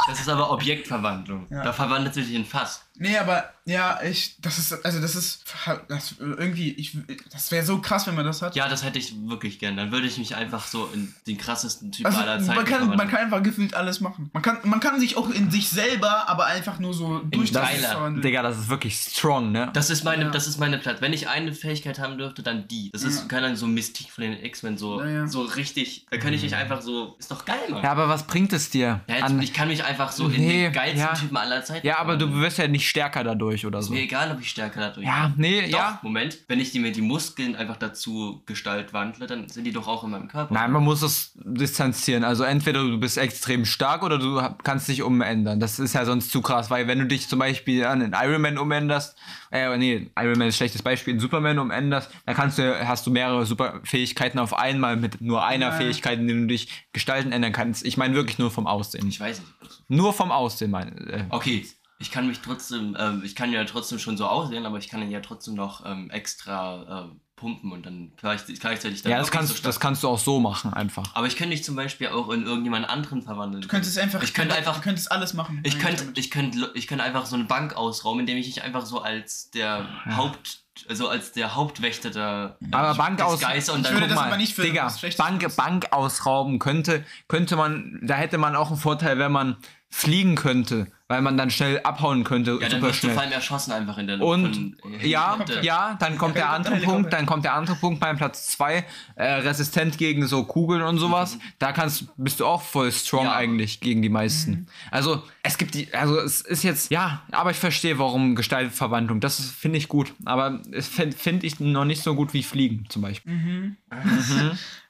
Das ist aber Objektverwandlung. Ja. Da verwandelt sich ein Fass. Nee, aber ja, ich, das ist, also das ist, das irgendwie, ich, das wäre so krass, wenn man das hat. Ja, das hätte ich wirklich gern. Dann würde ich mich einfach so in den krassesten Typ also, aller Zeiten man, kann, man verwandeln. kann einfach gefühlt alles machen. Man kann, man kann sich auch in sich selber, aber einfach nur so durch das Thailand. verwandeln. Digga, das ist wirklich strong, ne? Das ist meine, Ja. das ist meine Platz. Wenn ich eine Fähigkeit haben dürfte, dann die. Das ist, Ja. keine Ahnung, so Mystik von den X-Men, so, Ja, ja. so richtig. Da kann ich mich einfach so. Ist doch geil, Mann. Mhm. Ja, Ja. aber was bringt es dir? jetzt, An- ich kann mich einfach so in Nee, den geilsten ja. Typen aller Zeiten. ja, aber du verwandeln. wirst ja nicht stärker dadurch oder Ist so. mir egal, ob ich stärker dadurch Ja, nee, bin. Doch, ja. Moment, wenn ich die, mir die Muskeln einfach dazu Gestalt wandle, dann sind die doch auch in meinem Körper. Nein, man muss es distanzieren. Also entweder du bist extrem stark oder du hab- kannst dich umändern. Das ist ja sonst zu krass, weil wenn du dich zum Beispiel an einen Iron Man umänderst, äh, nee, Iron Man ist ein schlechtes Beispiel, in Superman umänderst, dann kannst du, hast du mehrere Superfähigkeiten auf einmal mit nur einer Ja. Fähigkeit, indem du dich Gestalten ändern kannst. Ich meine wirklich nur vom Aussehen. Ich weiß nicht. Nur vom Aussehen, meine äh, Okay, ich kann mich trotzdem, ähm, ich kann ja trotzdem schon so aussehen, aber ich kann ihn ja trotzdem noch ähm, extra ähm, pumpen und dann gleich- gleichzeitig dann Ja, das wirklich kannst, so stark- das kannst du auch so machen, einfach. Aber ich könnte dich zum Beispiel auch in irgendjemand anderen verwandeln. Du könntest einfach, Ich könnte einfach- du könntest alles machen. Ich könnte, Damit. ich könnte, ich könnte einfach so eine Bank ausrauben, indem ich mich einfach so als der Haupt, also als der Hauptwächter der Aber Bank aus- Disguise und Ich dann würde guck das mal. aber nicht für Digga, was Schlechtes Bank, Bank ausrauben könnte, könnte man, da hätte man auch einen Vorteil, wenn man fliegen könnte, weil man dann schnell abhauen könnte, ja, dann super wirst du vor schnell. allem erschossen einfach in der Und von- ja, Helikopter. ja, dann kommt der andere Helikopter. Punkt, dann kommt der andere Punkt beim Platz 2, äh, resistent gegen so Kugeln und sowas. Da kannst bist du auch voll strong Mhm. Ja. eigentlich gegen die meisten. Mhm. Also, es gibt die also es ist jetzt ja, aber ich verstehe, warum Gestaltverwandlung, das ist- finde ich gut, aber es finde find ich noch nicht so gut wie fliegen zum Beispiel.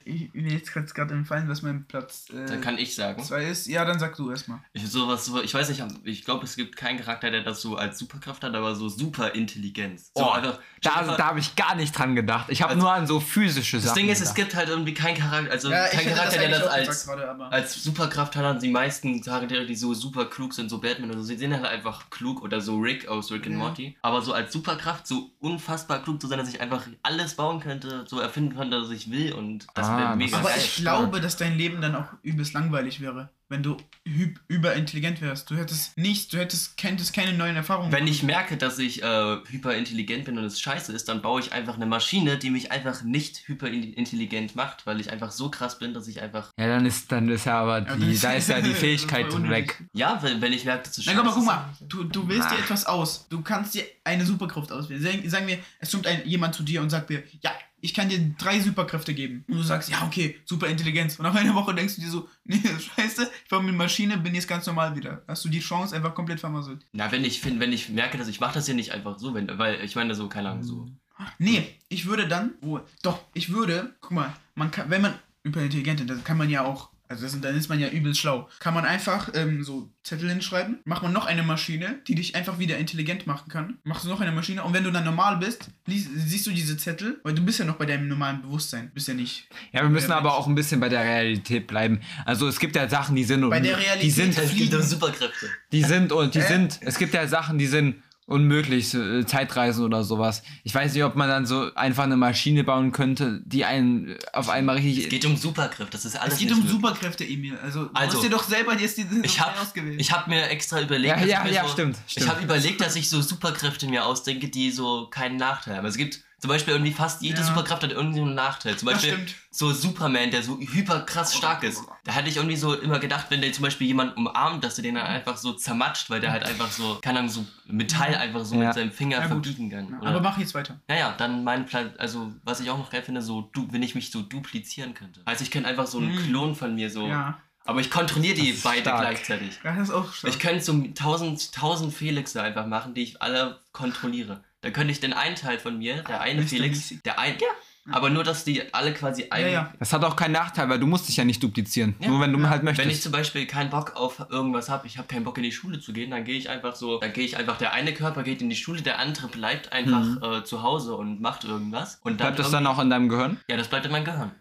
Ich, mir jetzt gerade gerade empfallen, was mein Platz Dann äh, kann ich sagen. zwei ist. Ja, dann sag du erstmal. Ich, sowas, so, ich weiß nicht, ich glaube, es gibt keinen Charakter, der das so als Superkraft hat, aber so Superintelligenz. So also, Oh, einfach, Da, da habe ich gar nicht dran gedacht. Ich habe Also, nur an so physische das Sachen. Ding ist, es gedacht. gibt halt irgendwie keinen Charakter, also Ja, ich keinen hätte das Charakter, der eigentlich das auch gesagt als, gerade, aber. als Superkraft hat. Und die meisten Charaktere, die so super klug sind, so Batman oder so, sie sind halt einfach klug oder so Rick aus Rick and Ja. Morty. Aber so als Superkraft, so unfassbar klug zu sein, dass ich einfach alles bauen könnte, so erfinden könnte, was ich will und das Ah, wäre das mega ist Aber geil. ich glaube, dass dein Leben dann auch übelst langweilig wäre, wenn du hü- überintelligent wärst. Du hättest nichts, du hättest, könntest keine neuen Erfahrungen Wenn ich merke, dass ich äh, hyperintelligent bin und es scheiße ist, dann baue ich einfach eine Maschine, die mich einfach nicht hyperintelligent macht, weil ich einfach so krass bin, dass ich einfach. Ja, dann ist, dann ist ja aber das die, ist- da ist ja die das Fähigkeit war unnötig. weg. Ja, wenn, wenn ich merke, dass es Na, guck scheiße mal, guck ist. mal. Du, du willst dir Ah. etwas aus. Du kannst dir eine Superkraft auswählen. Sagen, sagen wir, es kommt ein, jemand zu dir und sagt mir, ja, ich kann dir drei Superkräfte geben. Und du sagst, ja, okay, Superintelligenz. Und nach einer Woche denkst du dir so, nee, scheiße, ich war mit Maschine, bin jetzt ganz normal wieder. Hast du die Chance einfach komplett vermasselt. Na, wenn ich find, wenn ich merke, dass ich mache das hier nicht einfach so, wenn, weil ich meine so, keine Ahnung, so. Hm. Nee, ich würde dann, oh, doch, ich würde, guck mal, man kann, wenn man überintelligent ist, dann kann man ja auch, also das, dann ist man ja übelst schlau, kann man einfach ähm, so Zettel hinschreiben, macht man noch eine Maschine, die dich einfach wieder intelligent machen kann, machst du noch eine Maschine und wenn du dann normal bist, liest, siehst du diese Zettel, weil du bist ja noch bei deinem normalen Bewusstsein, bist ja nicht. Ja, wir müssen Ja, aber Mensch. auch ein bisschen bei der Realität bleiben. Also es gibt ja Sachen, die sind Bei der die Realität sind, halt. Es gibt doch Superkräfte. die sind und die Äh? sind. Es gibt ja Sachen, die sind unmöglich, so, äh, Zeitreisen oder sowas. Ich weiß nicht, ob man dann so einfach eine Maschine bauen könnte, die einen äh, auf einmal Es richtig. geht um Superkräfte, das ist alles. Es geht nicht um möglich. Superkräfte, Emil. Also, du Also, hast dir doch selber jetzt diese Ich Sache habe ich hab mir extra überlegt, Ja, dass ja, ich mir ja, so, stimmt, ich stimmt. habe überlegt, dass ich so Superkräfte mir ausdenke, die so keinen Nachteil haben. Also es gibt zum Beispiel irgendwie fast jede Ja. Superkraft hat irgendwie so einen Nachteil. Zum Das Beispiel stimmt. so Superman, der so hyper krass stark ist. Da hatte ich irgendwie so immer gedacht, wenn der zum Beispiel jemanden umarmt, dass du den dann einfach so zermatscht, weil der halt einfach so, keine Ahnung, so Metall einfach so Ja. mit seinem Finger Ja, gut. verbiegen kann. Ja, oder? aber mach jetzt weiter. Naja, dann mein Plan, also was ich auch noch geil finde, so du, wenn ich mich so duplizieren könnte. Also ich könnte einfach so einen Mm. Klon von mir so. Ja, Aber ich kontrolliere die ist beide stark. gleichzeitig. das ist auch Ich stark. könnte so tausend, tausend Felixe einfach machen, die ich alle kontrolliere. Dann könnte ich den einen Teil von mir, der eine Mr. Felix, Missy. der ein, ja, aber nur, dass die alle quasi ein. Ja, ja. Das hat auch keinen Nachteil, weil du musst dich ja nicht duplizieren. Ja. Nur wenn du Ja. halt möchtest. Wenn ich zum Beispiel keinen Bock auf irgendwas habe, ich habe keinen Bock in die Schule zu gehen, dann gehe ich einfach so, dann gehe ich einfach, der eine Körper geht in die Schule, der andere bleibt einfach äh, zu Hause und macht irgendwas. Und dann Mhm. Bleibt das dann auch in deinem Gehirn? Ja, das bleibt in meinem Gehirn.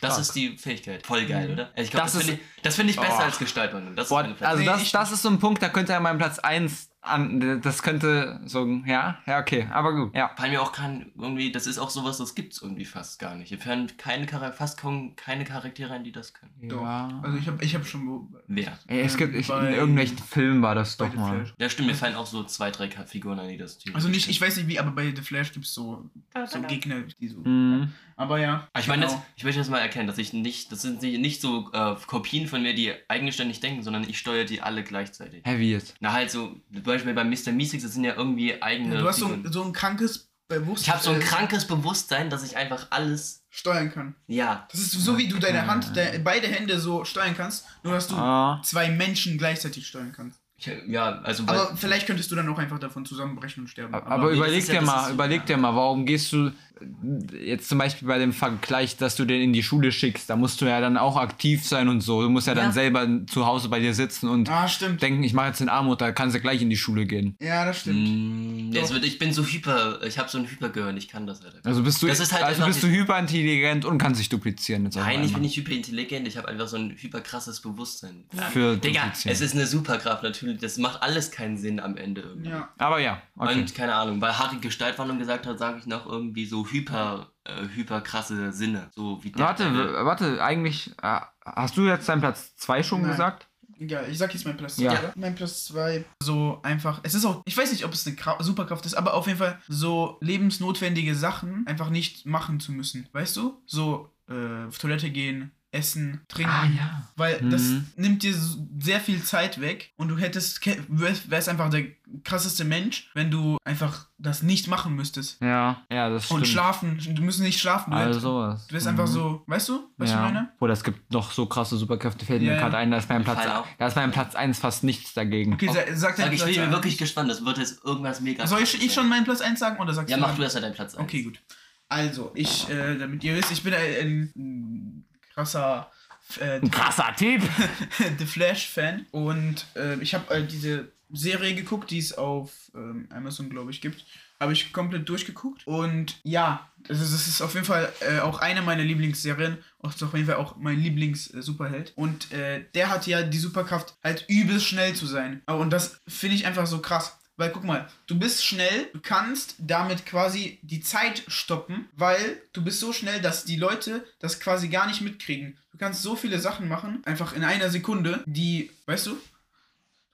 Das ist die Fähigkeit. Voll geil, oder? Also Ich glaub, Mhm. Das das, ist- finde ich, das finde ich besser Oh. als Gestaltmann. Das ist Boah, meine Fähigkeit. also Nee, das, ich- das ist so ein Punkt, da könnte er meinen Platz 1 an, das könnte so, ja, ja, okay, aber gut, ja. Fallen mir auch kein, irgendwie, das ist auch sowas, das gibt's irgendwie fast gar nicht. Hier fallen keine Charaktere, fast kaum keine Charaktere ein, die das können. Doch. Also ich habe ich hab schon. beobachtet. Wer? Ey, es gibt, ich, in Bei- irgendwelchen Filmen war das doch The mal. Flash. Ja, stimmt, mir fallen auch so zwei, drei Ka- Figuren ein, die das tun. Mhm. Also nicht, ich weiß nicht wie, aber bei The Flash gibt es so, so Gegner, die so. Mhm. Aber ja. Aber ich meine, genau. das- ich möchte das mal erkennen, dass ich nicht, das sind nicht, nicht so äh, Kopien von mir, die eigenständig denken, sondern ich steuere die alle gleichzeitig. Hä, wie jetzt? Na halt so, zum Beispiel bei Mr. Meeseeks, das sind ja irgendwie eigene. du hast so, Figuren. ein- Äh, so ein krankes Bewusstsein. ich habe so ein krankes Bewusstsein, dass ich einfach alles, Steuern kann. ja, Das ist so, wie du deine Ah. Hand, de beide Hände so steuern kannst, nur Hm. dass du Ah. zwei Menschen gleichzeitig steuern kannst. ich, ja, also weil- Aber vielleicht könntest du dann auch einfach davon zusammenbrechen und sterben. Aber, nee, das überleg ist ja- dir das mal, ist- überleg dir mal, warum gehst du äh, jetzt zum Beispiel bei dem Vergleich, dass du den in die Schule schickst, da musst du ja dann auch aktiv sein und so. Du musst ja dann Ja. selber zu Hause bei dir sitzen und ah, stimmt. denken, ich mache jetzt den Armut, da kannst du gleich in die Schule gehen. Ja, das stimmt. Mm, jetzt wird, ich bin so hyper, ich habe so ein Hypergehirn, ich kann das halt. Also bist du, Das ist halt also einfach bist du hyperintelligent und kannst dich duplizieren. Jetzt auf Nein, ich bin einmal. nicht hyperintelligent, ich habe einfach so ein hyperkrasses Bewusstsein. Für Digga, duplizieren. es ist eine Superkraft natürlich, das macht alles keinen Sinn am Ende irgendwie. Ja. Aber ja, okay. Und keine Ahnung, weil Harry Gestaltwandlung gesagt hat, sage ich noch irgendwie so hyper, äh, hyper krasse Sinne. So wie Warte, Daredevil. w- warte, eigentlich, äh, hast du jetzt deinen Platz 2 schon Nein. gesagt? Egal, ich sag jetzt mein Platz 2. Ja. Mein Platz 2. So einfach. Es ist auch, ich weiß nicht, ob es eine Kra Superkraft ist, aber auf jeden Fall so lebensnotwendige Sachen einfach nicht machen zu müssen. Weißt du? So äh, auf Toilette gehen, essen, trinken. ja. Weil das Mhm. nimmt dir so- sehr viel Zeit weg und du hättest ke- wärst wärst einfach der krasseste Mensch, wenn du einfach das nicht machen müsstest. Ja, ja, das stimmt. Und schlafen. Du müsst nicht schlafen. Du, hätt- Also sowas. du wärst einfach so, weißt du, was ja. ich meine? Oder es gibt noch so krasse Superkräfte, fällt mir Ja, ja. gerade ein, da ist mein Platz, fallen auch. da ist mein Platz 1 fast nichts dagegen. Okay, sa- sag deinen Sag, ich Platz bin mir ein. wirklich gespannt, das wird jetzt irgendwas mega. Soll krasses ich, ich sein. schon meinen Platz 1 sagen oder sagst Ja, du? mach dann? du erst mal deinen Platz. eins. Okay, gut. Also, ich, äh, damit ihr wisst, ich bin ein, ein krasser äh, Ein krasser Typ! The Flash-Fan und äh, ich habe äh, diese Serie geguckt, die es auf ähm, Amazon, glaube ich, gibt. Habe ich komplett durchgeguckt und ja, das ist, das ist auf jeden Fall äh, auch eine meiner Lieblingsserien. Und ist auf jeden Fall auch mein Lieblings-Superheld. Und äh, der hat ja die Superkraft, halt übelst schnell zu sein. Aber- Und das finde ich einfach so krass. Weil guck mal, du bist schnell, du kannst damit quasi die Zeit stoppen, weil du bist so schnell, dass die Leute das quasi gar nicht mitkriegen. Du kannst so viele Sachen machen, einfach in einer Sekunde, die, weißt du, du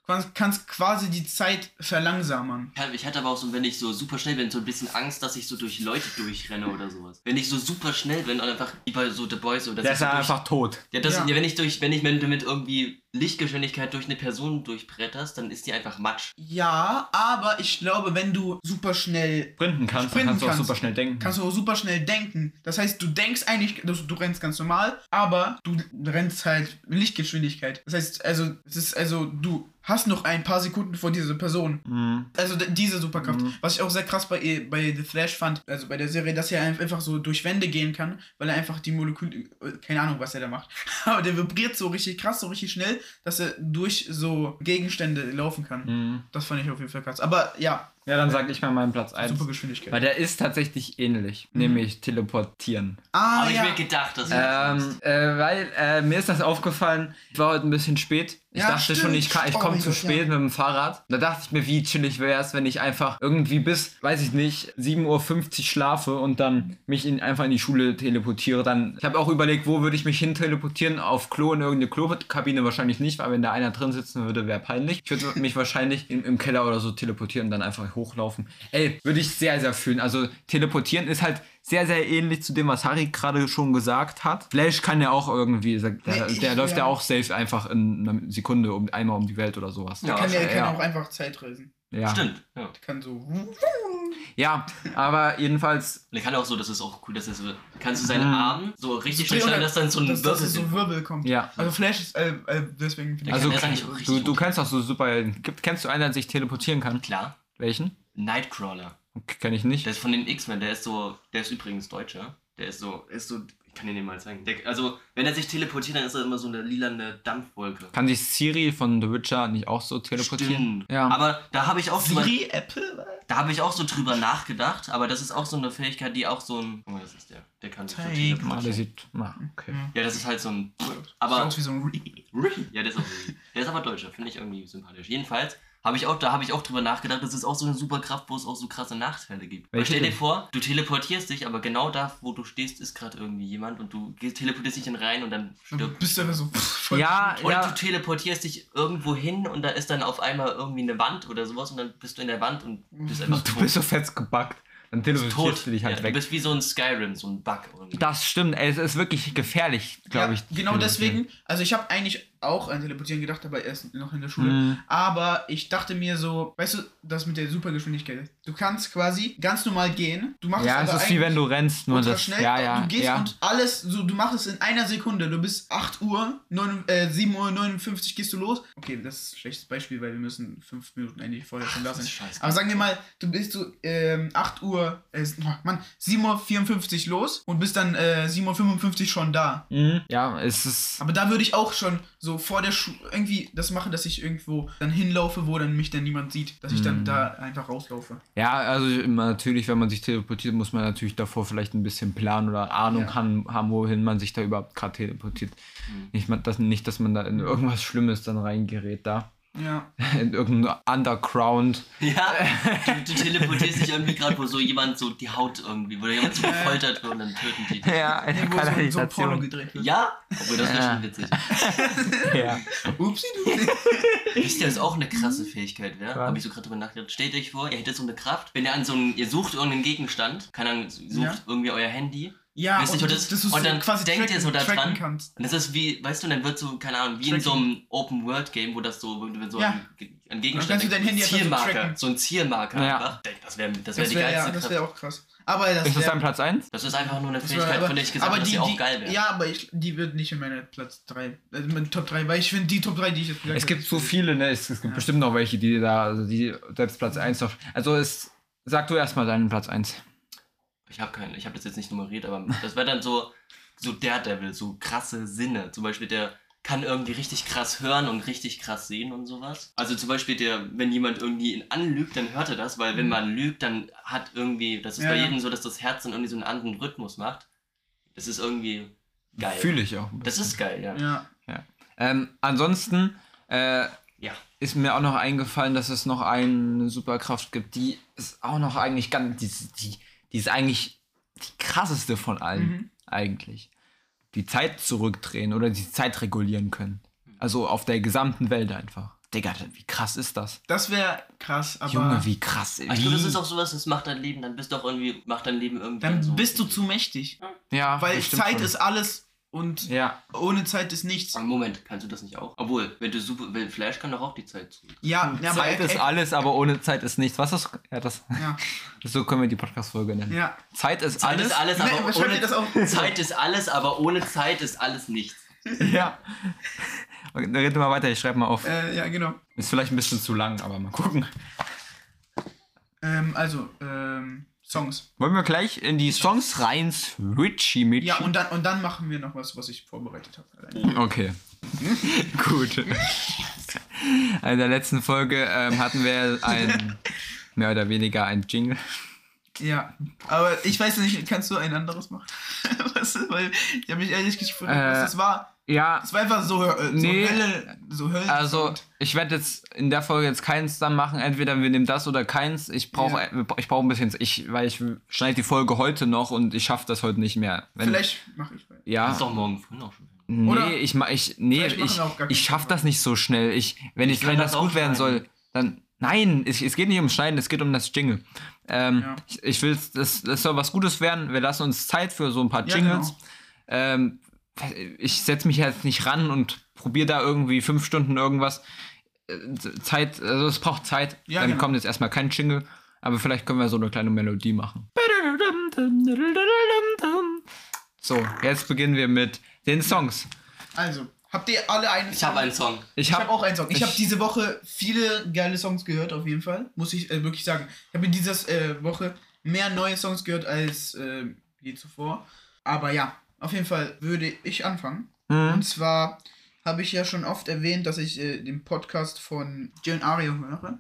kannst, kannst quasi die Zeit verlangsamen. Ja, Ich hatte aber auch so, wenn ich so super schnell bin, so ein bisschen Angst, dass ich so durch Leute durchrenne oder sowas. Wenn ich so super schnell bin und einfach wie bei so The Boys oder Der ist so. ja durch- einfach tot. Ja, das, Ja. ja. wenn ich durch, wenn ich mit, mit irgendwie Lichtgeschwindigkeit durch eine Person durchbretterst, dann ist die einfach Matsch. Ja, aber ich glaube, wenn du super schnell Sprinten kannst, dann Sprinten kannst du auch kannst. super schnell denken. kannst du auch super schnell denken. Das heißt, du denkst eigentlich, du, du rennst ganz normal, aber du rennst halt Lichtgeschwindigkeit. Das heißt, also, es ist, also, du hast noch ein paar Sekunden vor dieser Person. Mhm. Also d- diese Superkraft. Was ich auch sehr krass bei, ihr- bei The Flash fand, also bei der Serie, dass er ein- einfach so durch Wände gehen kann, weil er einfach die Moleküle, äh, keine Ahnung, was er da macht, aber der vibriert so richtig krass, so richtig schnell, dass er durch so Gegenstände laufen kann. Mhm. Das fand ich auf jeden Fall krass. Aber ja, Ja, dann sag ich mal meinen Platz 1. Supergeschwindigkeit. Weil der ist tatsächlich ähnlich, Mhm. nämlich teleportieren. Ah, Habe ja. ich mir gedacht, dass du das Ähm, machst. äh, weil äh, mir ist das aufgefallen, ich war heute ein bisschen spät. Ich Ja, dachte schon, stimmt. ich, kann- ich Oh komme mein zu Gott, spät ja. mit dem Fahrrad. Da dachte ich mir, wie chillig wäre es, wenn ich einfach irgendwie bis, weiß ich nicht, 7.50 Uhr schlafe und dann mich in, einfach in die Schule teleportiere. Dann, ich habe auch überlegt, wo würde ich mich hin teleportieren? Auf Klo in irgendeine Klokabine wahrscheinlich nicht, weil wenn da einer drin sitzen würde, wäre peinlich. Ich würde mich wahrscheinlich im, im Keller oder so teleportieren und dann einfach hochlaufen. Ey, würde ich sehr, sehr fühlen. Also teleportieren ist halt sehr, sehr ähnlich zu dem, was Harry gerade schon gesagt hat. Flash kann ja auch irgendwie, der, der, Nee, ich- läuft ja ja. auch safe einfach in einer Sekunde um, einmal um die Welt oder sowas. Ja. kann er kann ja. auch einfach Zeit reisen. Ja, Stimmt. Ja. Und Kann so. ja aber jedenfalls, er kann auch so, das ist auch cool, dass er so, kannst du seinen Mhm. Arm so richtig Dreh- schnell schneiden, dass dann so ein dass, dass Würfel es so ein Wirbel kommt. Ja. Also Flash ist äh, äh, deswegen finde ich. also er kann nicht richtig du, du hoch. kennst auch so Superhelden. Gibt- Kennst du einen, der sich teleportieren kann? Klar. Welchen? Nightcrawler. Kenne ich nicht. Der ist von den X-Men, der ist so, der ist übrigens Deutscher. Der ist so, ist so, ich kann den mal zeigen. Der, also, wenn er sich teleportiert, dann ist er immer so eine lilane Dampfwolke. Kann sich Siri von The Witcher nicht auch so teleportieren? Stimmt. Ja. Aber da habe ich auch drüber, Siri, Apple? da habe ich auch so drüber nachgedacht, aber das ist auch so eine Fähigkeit, die auch so ein. Oh, das ist der. Der kann sich so Zeig Ah, teleportieren. der sieht. Ah, okay. Mhm. Ja, das ist halt so ein. Aber Aber aus wie so ein Re Ja, der ist auch Der ist aber Deutscher, finde ich irgendwie sympathisch. Jedenfalls Habe ich auch, da habe ich auch drüber nachgedacht, das ist auch so eine super Kraft, wo es auch so krasse Nachteile gibt. Weil Welche stell dir denn? vor, du teleportierst dich, aber genau da, wo du stehst, ist gerade irgendwie jemand und du gehst- teleportierst dich in rein und dann Du stirbt. bist einfach so. pff, voll Ja, Oder ja. du teleportierst dich irgendwo hin und da ist dann auf einmal irgendwie eine Wand oder sowas und dann bist du in der Wand und bist einfach Mhm. Du tot. bist so festgebackt. Dann tot. teleportierst du dich halt ja, Du weg. bist wie so ein Skyrim, so ein Bug. Irgendwie. Das stimmt, ey, es ist wirklich gefährlich, glaube ich. Genau teleportieren. deswegen, also ich habe eigentlich auch an Teleportieren gedacht, aber erst noch in der Schule. Mhm. Aber ich dachte mir so, weißt du, das mit der Supergeschwindigkeit. Du kannst quasi ganz normal gehen. Du machst Ja, es aber ist wie wenn du rennst, nur ultra das. schnell. Ja, ja, du gehst ja. und alles, so, du machst es in einer Sekunde. Du bist 8 Uhr, 9, äh, 7 Uhr 59 gehst du los. Okay, das ist ein schlechtes Beispiel, weil wir müssen 5 Minuten eigentlich vorher schon da Das sein. ist scheiße. Aber sagen wir mal, du bist so ähm, 8 Uhr, äh, Mann, 7 Uhr 54 los und bist dann äh, 7 Uhr 55 schon da. Mhm. Ja, es ist. Aber da würde ich auch schon so vor der Schule irgendwie das machen, dass ich irgendwo dann hinlaufe, wo dann mich dann niemand sieht. Dass ich dann Hm. da einfach rauslaufe. Ja, also immer natürlich, wenn man sich teleportiert, muss man natürlich davor vielleicht ein bisschen planen oder Ahnung Ja. haben, haben, wohin man sich da überhaupt gerade teleportiert. Nicht, man, das, nicht, dass man da in irgendwas Schlimmes dann reingerät da. Ja. In irgendein Underground. Ja, du, du teleportierst dich irgendwie gerade, wo so jemand so die Haut irgendwie, wo jemand so Äh. gefoltert wird und dann töten die dich. Ja, in Irgendwo so, so ein Porno gedreht wird. Ja, obwohl das wäre Ja. schon witzig. Ja. Upsi, du. Wisst ihr, was auch eine krasse Fähigkeit wäre? Was? Habe ich so gerade drüber nachgedacht. Stellt euch vor, ihr hättet so eine Kraft, wenn ihr an so einen, ihr sucht irgendeinen Gegenstand, keine Ahnung, sucht Ja. irgendwie euer Handy. Ja, Wisst ihr, und, und das, das- das ist und so dann quasi denkt ihr so da tracken dran? kannst. Und das ist wie, weißt du, dann wird so, keine Ahnung, wie in so einem Open-World-Game, wo das so, wenn wenn so Ja. an an Dann kannst Gegenstand du dein Handy einfach so Zielmarker, tracken. so ein Zielmarker Ja. einfach. Denk, Das wäre das wär Das die wäre geilste ja, das Kraft. wäre auch krass. Aber das Ist das dein wäre. Platz 1? Das ist einfach nur eine Das wär, Fähigkeit, von der ich gesagt aber habe, dass die, sie auch die, geil wäre. ja, aber ich, die wird nicht in meine Platz 3, also meine Top 3, weil ich finde die Top 3, die ich jetzt gesagt Es gibt ist- so viele, ne? Es, es gibt Ja. bestimmt noch welche, die da, also die selbst Platz 1 noch. Also es, sag du erstmal deinen Platz 1. Ich habe keinen, ich habe das jetzt nicht nummeriert, aber das wäre dann so, so Daredevil, so krasse Sinne. Zum Beispiel der kann irgendwie richtig krass hören und richtig krass sehen und sowas. Also zum Beispiel der, wenn jemand irgendwie ihn anlügt, dann hört er das, weil wenn man lügt, dann hat irgendwie, das ist Mhm. Ja, bei ja. jedem so, dass das Herz dann irgendwie so einen anderen Rhythmus macht. Das ist irgendwie geil. Fühle ich auch. Das ist geil, ja. Ja. Ähm, ansonsten äh, Ja. ist mir auch noch eingefallen, dass es noch eine Superkraft gibt, die ist auch noch eigentlich ganz, die, die, die ist eigentlich die krasseste von allen, Mhm. eigentlich. Die Zeit zurückdrehen oder die Zeit regulieren können. Also auf der gesamten Welt einfach. Digga, wie krass ist das? Das wäre krass, aber. Junge, wie krass. Wie? Aber ich glaube, das ist auch sowas, das macht dein Leben, dann bist du auch irgendwie, macht dein Leben irgendwie. so- dann bist du zu mächtig. ja, Weil das stimmt Zeit schon. ist alles und Ja, ohne Zeit ist nichts. Aber Moment, kannst du das nicht auch? Obwohl, wenn du super, wenn Flash kann doch auch die Zeit zurück. Ja, ja Zeit aber ist alles, aber ohne Zeit ist nichts. Was ist ja, das? Ja. So können wir die Podcast-Folge nennen. Ja. Zeit ist Zeit alles. ist alles, Nee, aber aber schreibt ihr ohne das auf? Zeit ist alles, aber ohne Zeit ist alles nichts. Ja. Okay, dann rede mal weiter, ich schreibe mal auf. Äh, ja, genau. Ist vielleicht ein bisschen zu lang, aber mal gucken. Ähm, also, ähm, Songs. Wollen wir gleich in die Songs rein switchy mit? Ja, und dann, und dann machen wir noch was, was ich vorbereitet habe. Okay. Gut. In der letzten Folge ähm, hatten wir ein, mehr oder weniger ein Jingle. Ja. Aber ich weiß nicht, kannst du ein anderes machen? was, ist- weil ich habe mich ehrlich gefragt, was Äh, das war. Ja, Es war einfach so, äh, so nee. Hölle. So Hölle. also ich werde jetzt in der Folge jetzt keins dann machen. Entweder wir nehmen das oder keins. Ich brauche Ja. ich brauche ein bisschen, ich, weil ich schneide die Folge heute noch und ich schaffe das heute nicht mehr. Wenn, Vielleicht mache ich weiter. ja. Ist doch morgen früh noch schon. Nee, Oder- ich mach ich nee, Vielleicht machen ich, wir auch gar ich keinen schaff Spaß. das nicht so schnell. Ich wenn ich kann wenn das das auch gut werden schneiden. soll, dann nein, es, es geht nicht ums Schneiden, es geht um das Jingle. Ähm, Ja. ich, ich will das, das soll was Gutes werden. Wir lassen uns Zeit für so ein paar Ja, Jingles. genau. Ähm, ich setze mich jetzt nicht ran und probiere da irgendwie fünf Stunden irgendwas. Äh, Zeit, also es braucht Zeit. Ja, dann genau. kommt jetzt erstmal kein Jingle, aber vielleicht können wir so eine kleine Melodie machen. So, jetzt beginnen wir mit den Songs. Also, habt ihr alle einen Ich habe einen Song. Ich Ich habe habe hab auch einen Song. Ich, ich- habe diese Woche viele geile Songs gehört, auf jeden Fall. Muss ich äh, wirklich sagen. Ich habe in dieser äh, Woche mehr neue Songs gehört als äh, je zuvor. Aber ja, auf jeden Fall würde ich anfangen. Und zwar habe ich ja schon oft erwähnt, dass ich äh, den Podcast von Jill Ario höre.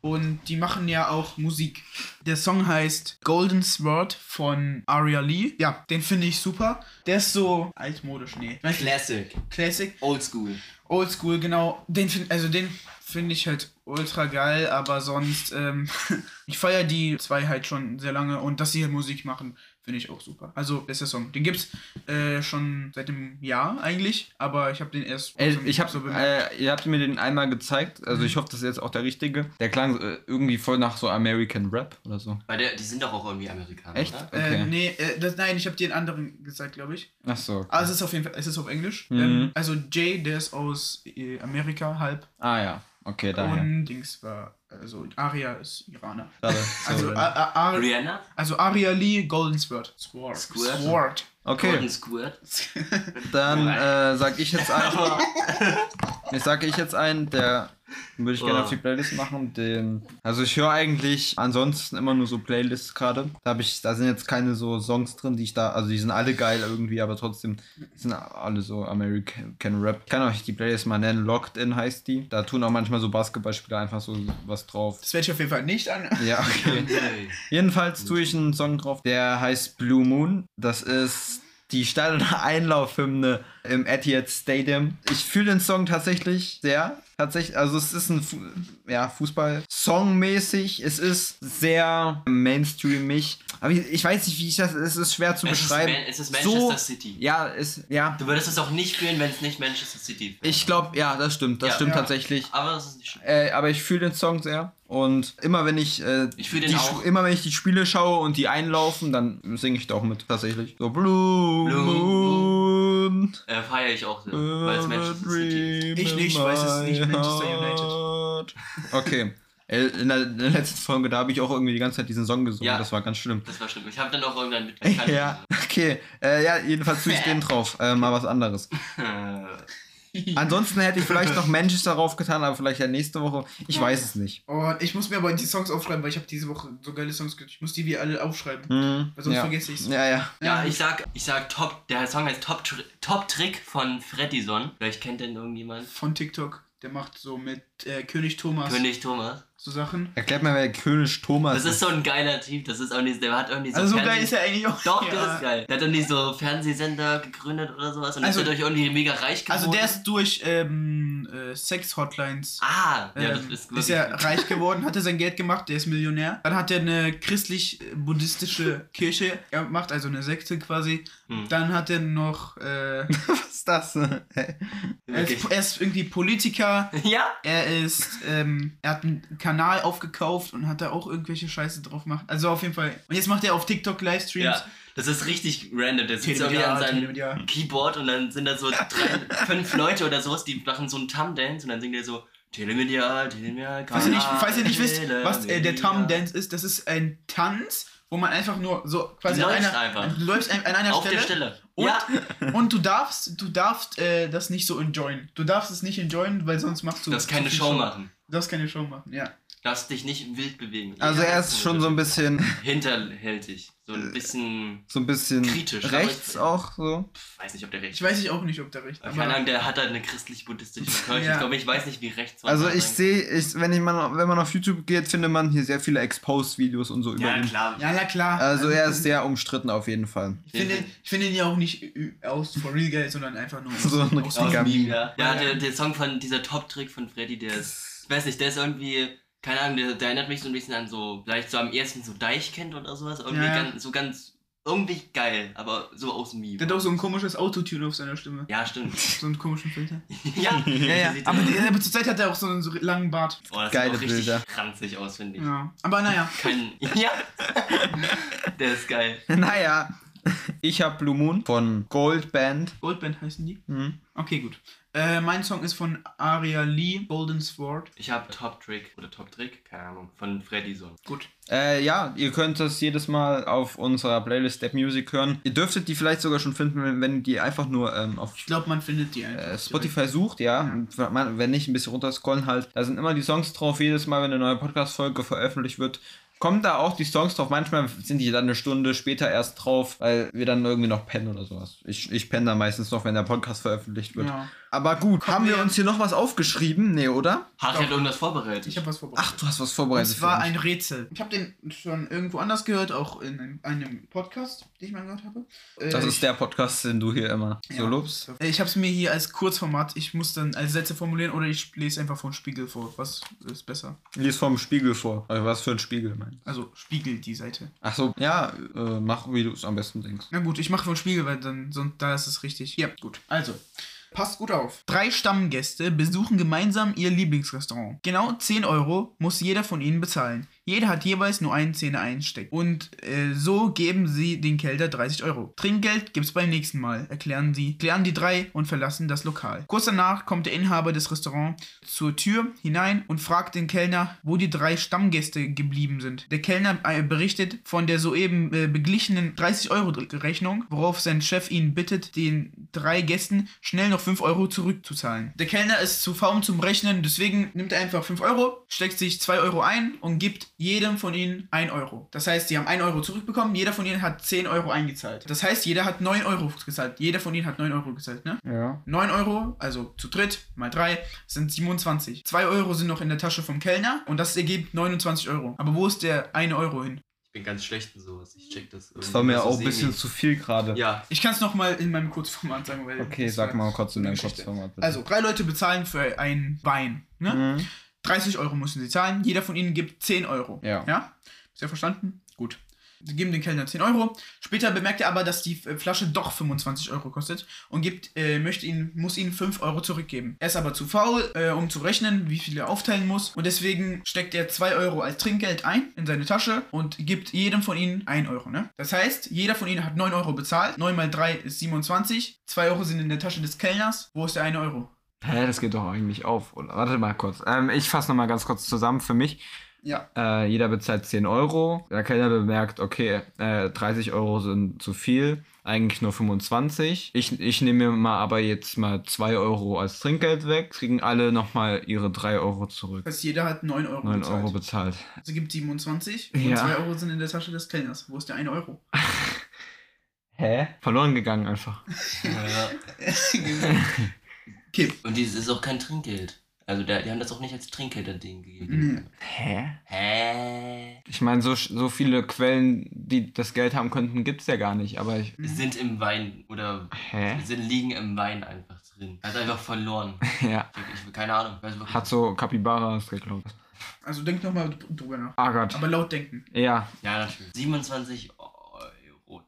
Und die machen ja auch Musik. Der Song heißt Golden Sword von Aria Lee. Ja, den finde ich super. Der ist so altmodisch, nee. Classic. Classic. Oldschool. Oldschool, genau. Den find, also den finde ich halt ultra geil, aber sonst, ähm, ich feiere die zwei halt schon sehr lange und dass sie hier Musik machen, finde ich auch super. Also, bester Song. Den gibt's äh, schon seit einem Jahr eigentlich, aber ich habe den erst. Ey, kurzem ich hab, so Mhm. bemerkt. äh, ihr habt mir den einmal gezeigt, also ich hoffe, das ist jetzt auch der richtige. Der klang äh, irgendwie voll nach so American Rap oder so. Weil der, die sind doch auch irgendwie Amerikaner, Echt? oder? okay. Äh, nee, äh, das, nein, ich habe dir einen anderen gesagt, glaube ich. Ach so. Ah, es ist auf jeden Fall, es ist auf Englisch. Mhm. Ähm, also Jay, der ist aus äh, Amerika halb. Ah ja, okay, daher. Und Dings war, also Aria ist Iraner. Schade. Also, Sorry. A- A- A- Rihanna? also Aria Lee, Golden Sword. Sword. Squirt. Sword. okay, Golden Squirt. dann äh, sag ich jetzt einen. Jetzt sage ich jetzt einen, der würde ich gerne Oh. auf die Playlist machen. Den, also ich höre eigentlich ansonsten immer nur so Playlists gerade. Da habe ich, da sind jetzt keine so Songs drin, die ich da, also die sind alle geil irgendwie, aber trotzdem sind alle so American Rap. Ich kann euch die Playlist mal nennen. Locked In heißt die. Da tun auch manchmal so Basketballspieler einfach so was drauf. Das werde ich auf jeden Fall nicht an. Ja, okay. Okay. Jedenfalls tue ich einen Song drauf, der heißt Blue Moon. Das ist die Stadion Einlaufhymne im Etihad Stadium. Ich fühle den Song tatsächlich sehr. Tatsächlich, also es ist ein Fu ja, Fußball-Song-mäßig. Es ist sehr mainstreamig. Aber ich, ich weiß nicht, wie ich das. Es ist schwer zu Es ist, Man, beschreiben. es ist Manchester so, City. Ja, es, ja. Du würdest es auch nicht fühlen, wenn es nicht Manchester City wäre. Ich glaube, ja, das stimmt. Das Ja. stimmt Ja. tatsächlich. Aber das ist nicht schlimm. Äh, aber ich fühle den Song sehr. Und immer wenn ich, äh, Ich fühl den die auch. Sp- immer wenn ich die Spiele schaue und die einlaufen, dann singe ich da auch mit tatsächlich. So Blue, Blue Moon. Äh, Feiere ich auch sehr, weil es Manchester City ist. dream Ich nicht, in weil es ist nicht my Manchester heart. United. Okay. Äh, In der, in der letzten Folge, da habe ich auch irgendwie die ganze Zeit diesen Song gesungen. Ja. Das war ganz schlimm. Das war schlimm. Ich habe dann auch irgendwann mit Ja, okay. Äh, ja, jedenfalls tue ich den drauf. Äh, mal was anderes. Äh, Ansonsten hätte ich vielleicht noch Manchester raufgetan, aber vielleicht ja nächste Woche. Ich weiß es nicht. Oh, ich muss mir aber die Songs aufschreiben, weil ich habe diese Woche so geile Songs gehört. Ich muss die wie alle aufschreiben. Hm, Weil sonst ja. vergesse ich es. Ja, ja. Ja, Ähm. ich sag, ich sag Top, der Song heißt Top, Tri Top Trick von Freddyson. Vielleicht kennt den irgendjemand. Von TikTok. Der macht so mit äh, König Thomas König Thomas. so Sachen. Erklärt mir, wer König Thomas Das ist so ein geiler Typ, das ist auch nicht, der hat irgendwie so. Also so Fernseh- geil ist er eigentlich auch. Doch, der Ja. ist geil. Der hat irgendwie so Fernsehsender gegründet oder sowas und Also- ist dadurch irgendwie mega reich geworden. Also der ist durch ähm, äh, Sex-Hotlines. Ah, ja, das ähm, ist ist wirklich. er reich geworden, hat er sein Geld gemacht, der ist Millionär. Dann hat er eine christlich-buddhistische Kirche gemacht, also eine Sekte quasi. Hm. Dann hat er noch, äh, Was ist das? ne? er, ist, er ist irgendwie Politiker, ja, er ist, ähm, er hat einen Kanal aufgekauft und hat da auch irgendwelche Scheiße drauf gemacht. Also auf jeden Fall. Und jetzt macht er auf TikTok Livestreams. ja. Das ist richtig random. Der sitzt irgendwie Telemedia, an seinem Telemedia. Hm. Keyboard und dann sind da so drei, fünf Leute oder sowas, die machen so einen Tam-Dance und dann singt er so Telemedial, Telemedial, Falls ihr nicht, falls ihr nicht wisst, Telemedial. was äh, der Tam Dance ist, das ist ein Tanz, wo man einfach nur so quasi Läuft an einer, einfach. Du läufst an, an einer Auf Stelle. der Stelle. Und, ja. und du darfst, du darfst äh, das nicht so enjoyen. Du darfst es nicht enjoyen, weil sonst machst du. Du darfst keine zu viel Show machen. Du darfst keine Show machen, ja. Du darfst dich nicht wild bewegen. Also er ist schon so ein bisschen, Hinterhältig. So ein bisschen. so ein bisschen Kritisch, aber rechts ich- auch so. Pf, weiß nicht, ob der recht Ich weiß ich auch nicht, ob der recht Aber hat. Keine Ahnung, der hat halt eine christlich-buddhistische Kirche. Ja. Ich glaube, ich weiß nicht, wie rechts man Also da ich sein- sehe, ich, wenn ich mal, wenn man auf YouTube geht, findet man hier sehr viele Exposed-Videos und so über Ja, ihn. klar. Ja, na klar. Also er ist sehr umstritten auf jeden Fall. ich finde ich finde ihn ja auch nicht äh, aus for real geil, sondern einfach nur. So ein aus- richtiger aus- Meme. Ja, ja der, der Song von dieser Top-Trick von Freddy, der ist. Ich weiß nicht, der ist irgendwie. Keine Ahnung, der, der erinnert mich so ein bisschen an so. Vielleicht so am ersten so Deichkind oder sowas. Irgendwie Ja, ja. Ganz, so ganz. Irgendwie geil, aber so aus dem Meme. Der hat auch so ein komisches Autotune auf seiner Stimme. Ja, stimmt. So einen komischen Filter. ja, Ja, ja, Sieht- Aber, der, aber zur Zeit hat er auch so einen so langen Bart. Boah, das Geile sieht auch richtig Bilder. ranzig aus, finde ich. Ja. Aber naja. Kein, ja, der ist geil. Naja, ich habe Blue Moon von Gold Band. Goldband heißen die. Mhm. Okay, gut. Äh, mein Song ist von Aria Lee, Golden Sword. Ich habe Top Trick oder Top Trick, keine Ahnung, von Freddyson. Gut. Äh, ja, ihr könnt das jedes Mal auf unserer Playlist Step Music hören. Ihr dürftet die vielleicht sogar schon finden, wenn- wenn die einfach nur ähm, auf Ich glaube, man findet die einfach. äh, direkt. Spotify sucht, ja. Man, wenn nicht, ein bisschen runterscrollen halt. Da sind immer die Songs drauf. Jedes Mal, wenn eine neue Podcast-Folge veröffentlicht wird, kommen da auch die Songs drauf. Manchmal sind die dann eine Stunde später erst drauf, weil wir dann irgendwie noch pennen oder sowas. Ich, ich penne da meistens noch, wenn der Podcast veröffentlicht wird. Ja. Aber gut, haben wir wir- uns hier noch was aufgeschrieben? Nee, oder? Harry hat irgendwas vorbereitet. Ich habe was vorbereitet. Ach, du hast was Und vorbereitet. es war für ein Rätsel. Ich habe den schon irgendwo anders gehört, auch in einem, einem Podcast, den ich mal gehört habe. Äh, uns. Das ich- ist der Podcast, den du hier immer so Ja. Äh, lobst. Ich habe es mir hier als Kurzformat, ich muss dann als Sätze formulieren oder ich lese einfach vom Spiegel vor. Was ist besser? Lies vom Spiegel vor. Also, was für ein Spiegel, meinst Also Spiegel die Seite. Ach so, ja, äh, mach, wie du es am besten denkst. Na gut, ich mache vom Spiegel, weil dann sonst da ist es richtig. Ja, gut. Also, passt gut auf. Drei Stammgäste besuchen gemeinsam ihr Lieblingsrestaurant. Genau 10 Euro muss jeder von ihnen bezahlen. Jeder hat jeweils nur einen Zehner einsteckt. Und äh, so geben sie den Kellner 30 Euro. Trinkgeld gibt's beim nächsten Mal, erklären sie. Klären die drei und verlassen das Lokal. Kurz danach kommt der Inhaber des Restaurants zur Tür hinein und fragt den Kellner, wo die drei Stammgäste geblieben sind. Der Kellner äh, berichtet von der soeben äh, beglichenen 30-Euro-Rechnung, worauf sein Chef ihn bittet, den drei Gästen schnell noch 5 Euro zurückzuzahlen. Der Kellner ist zu faul zum Rechnen, deswegen nimmt er einfach 5 Euro, steckt sich 2 Euro ein und gibt jedem von ihnen 1 Euro. Das heißt, die haben 1 Euro zurückbekommen, jeder von ihnen hat 10 Euro eingezahlt. Das heißt, jeder hat 9 Euro gezahlt. Jeder von ihnen hat 9 Euro gezahlt, ne? Ja. 9 Euro, also zu dritt mal 3, sind 27. 2 Euro sind noch in der Tasche vom Kellner und das ergibt 29 Euro. Aber wo ist der 1 Euro hin? Ich bin ganz schlecht in sowas. Ich check das. Das war mir irgendwie auch ein so bisschen semi. zu viel gerade. Ja, Ich kann es nochmal in meinem Kurzformat sagen, weil. Okay, das sag war mal kurz in eine deinem Geschichte. Kopfformat. bitte. Also, drei Leute bezahlen für ein Wein. Ne? Mhm. 30 Euro müssen sie zahlen. Jeder von ihnen gibt 10 Euro. Ja. Ja? Ist ja verstanden? Gut. Sie geben den Kellner 10 Euro. Später bemerkt er aber, dass die äh, Flasche doch 25 Euro kostet und gibt, äh, möchte ihn, muss ihnen 5 Euro zurückgeben. Er ist aber zu faul, äh, um zu rechnen, wie viel er aufteilen muss. Und deswegen steckt er 2 Euro als Trinkgeld ein in seine Tasche und gibt jedem von ihnen 1 Euro. Ne? Das heißt, jeder von ihnen hat 9 Euro bezahlt. 9 mal 3 ist 27. 2 Euro sind in der Tasche des Kellners. Wo ist der 1 Euro? Hä, das geht doch eigentlich auf, oder? Warte mal kurz. Ähm, ich fasse nochmal ganz kurz zusammen für mich. Ja. Äh, jeder bezahlt 10 Euro. Der Kellner bemerkt, okay, äh, 30 Euro sind zu viel, eigentlich nur 25. Ich, ich nehme mir mal aber jetzt mal 2 Euro als Trinkgeld weg, kriegen alle nochmal ihre 3 Euro zurück. Das heißt, jeder hat 9 Euro 9 bezahlt. Euro bezahlt. Also gibt 27 und Ja. 2 Euro sind in der Tasche des Kellners. Wo ist der 1 Euro? Hä? Verloren gegangen einfach. ja. Okay. Und dieses ist auch kein Trinkgeld. Also der, die haben das auch nicht als Trinkgeld an denen gegeben. Nee. Hä? Hä? Ich meine, so, so viele Quellen, die das Geld haben könnten, gibt's ja gar nicht, aber Mhm. ich. Es Sind im Wein oder Hä? sind liegen im Wein einfach drin. Hat einfach verloren. Ja. Ich, ich, keine Ahnung. Weiß wirklich Hat so Capybaras geklaut. Also denk nochmal drüber nach. Ah Gott. Aber laut denken. Ja, nicht. Ja, natürlich. 27 Euro.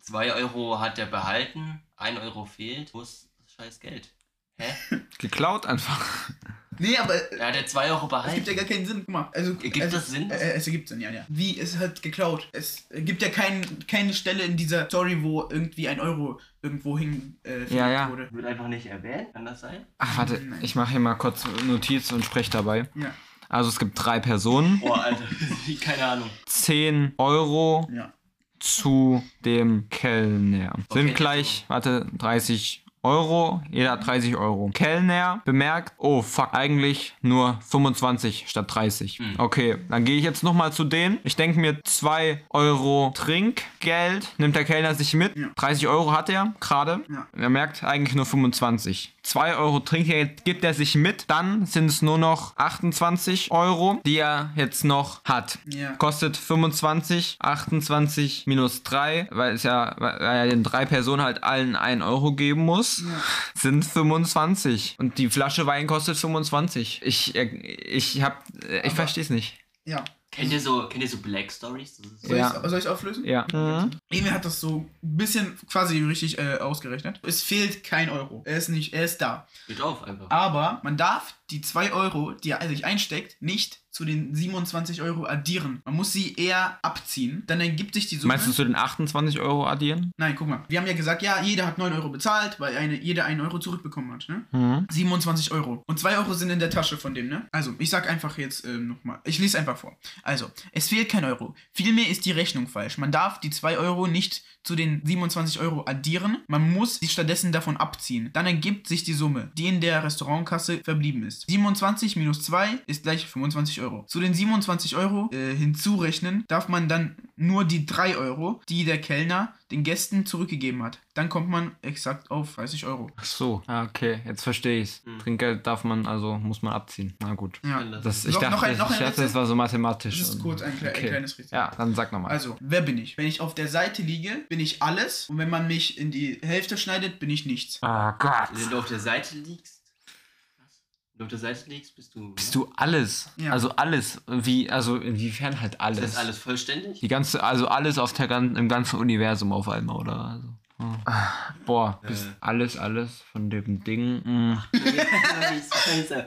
2 Euro hat er behalten, 1 Euro fehlt. Wo ist das scheiß Geld? Hä? Geklaut einfach. Nee, aber äh, Da hat er 2 Euro es behalten. gibt ja gar keinen Sinn. Guck mal. Also, Ergibt also, das Sinn? Äh, es ergibt Sinn, ja, ja. Wie, es hat geklaut. Es gibt ja kein, keine Stelle in dieser Story, wo irgendwie ein Euro irgendwo hin äh, verlegt Ja, ja. wurde. Wird einfach nicht erwähnt, kann das sein? Ach, Ah, warte, Nein. ich mache hier mal kurz Notiz und spreche dabei. Ja, Also es gibt drei Personen. Boah, Alter, keine Ahnung. 10 Euro ja. zu dem Kellner. Okay, Sind gleich, warte, 30 Euro. Jeder hat 30 Euro. Kellner bemerkt, oh fuck, eigentlich nur 25 statt 30. Hm. Okay, dann gehe ich jetzt nochmal zu denen. Ich denke mir 2 Euro Trinkgeld. Nimmt der Kellner sich mit. Ja. 30 Euro hat er gerade. Ja. Er merkt eigentlich nur 25. 2 Euro Trinkgeld gibt er sich mit. Dann sind es nur noch 28 Euro, die er jetzt noch hat. Ja. Kostet 25, 28 minus 3, weil es ja, weil er den drei Personen halt allen 1 Euro geben muss, sind 25. Und die Flasche Wein kostet 25. Ich, äh, ich hab, äh, ich versteh's nicht. ja. Kennt ihr so, kennt ihr so Black Stories? Das ist so Soll Ja. ich es auflösen? Ja. Emil hat das so ein bisschen quasi richtig äh, ausgerechnet. Es fehlt kein Euro. Er ist nicht, er ist da. Geht auf einfach. Ah, Aber man darf die 2 Euro, die er sich einsteckt, nicht zu den 27 Euro addieren. Man muss sie eher abziehen. Dann ergibt sich die Summe. Meinst du, zu den 28 Euro addieren? Nein, guck mal. Wir haben ja gesagt, ja, jeder hat 9 Euro bezahlt, weil eine, jeder 1 Euro zurückbekommen hat. Ne? 27 Euro. Und 2 Euro sind in der Tasche von dem, ne? Also, ich sag einfach jetzt ähm, nochmal. Ich lese einfach vor. Also, es fehlt kein Euro. Vielmehr ist die Rechnung falsch. Man darf die 2 Euro nicht zu den 27 Euro addieren. Man muss sie stattdessen davon abziehen. Dann ergibt sich die Summe, die in der Restaurantkasse verblieben ist. 27 minus 2 ist gleich 25 Euro. Zu den 27 Euro äh, hinzurechnen darf man dann nur die 3 Euro, die der Kellner den Gästen zurückgegeben hat. Dann kommt man exakt auf 30 Euro. Ach so. Ah, okay, jetzt verstehe ich's. Mhm. Trinkgeld darf man, also muss man abziehen. Na gut. Ja. Wenn das- Das, ich Noch- dachte, noch ein- noch ein ich dachte letztes? das war so mathematisch. Das ist Und- kurz ein, kle ein kleines Rätsel. Ja, dann sag nochmal. Also, wer bin ich? Wenn ich auf der Seite liege, bin ich alles. Und wenn man mich in die Hälfte schneidet, bin ich nichts. oh Gott. Wenn du auf der Seite liegst. Was? Wenn du auf der Seite liegst, bist du. ne? Bist du alles? Ja. Also alles. Wie, also inwiefern halt alles? Ist das alles vollständig? Die ganze, also alles auf der ganzen, im ganzen Universum auf einmal, oder? Also, hm. Boah, bist Äh. alles, alles von dem Ding. Hm. Scheiße.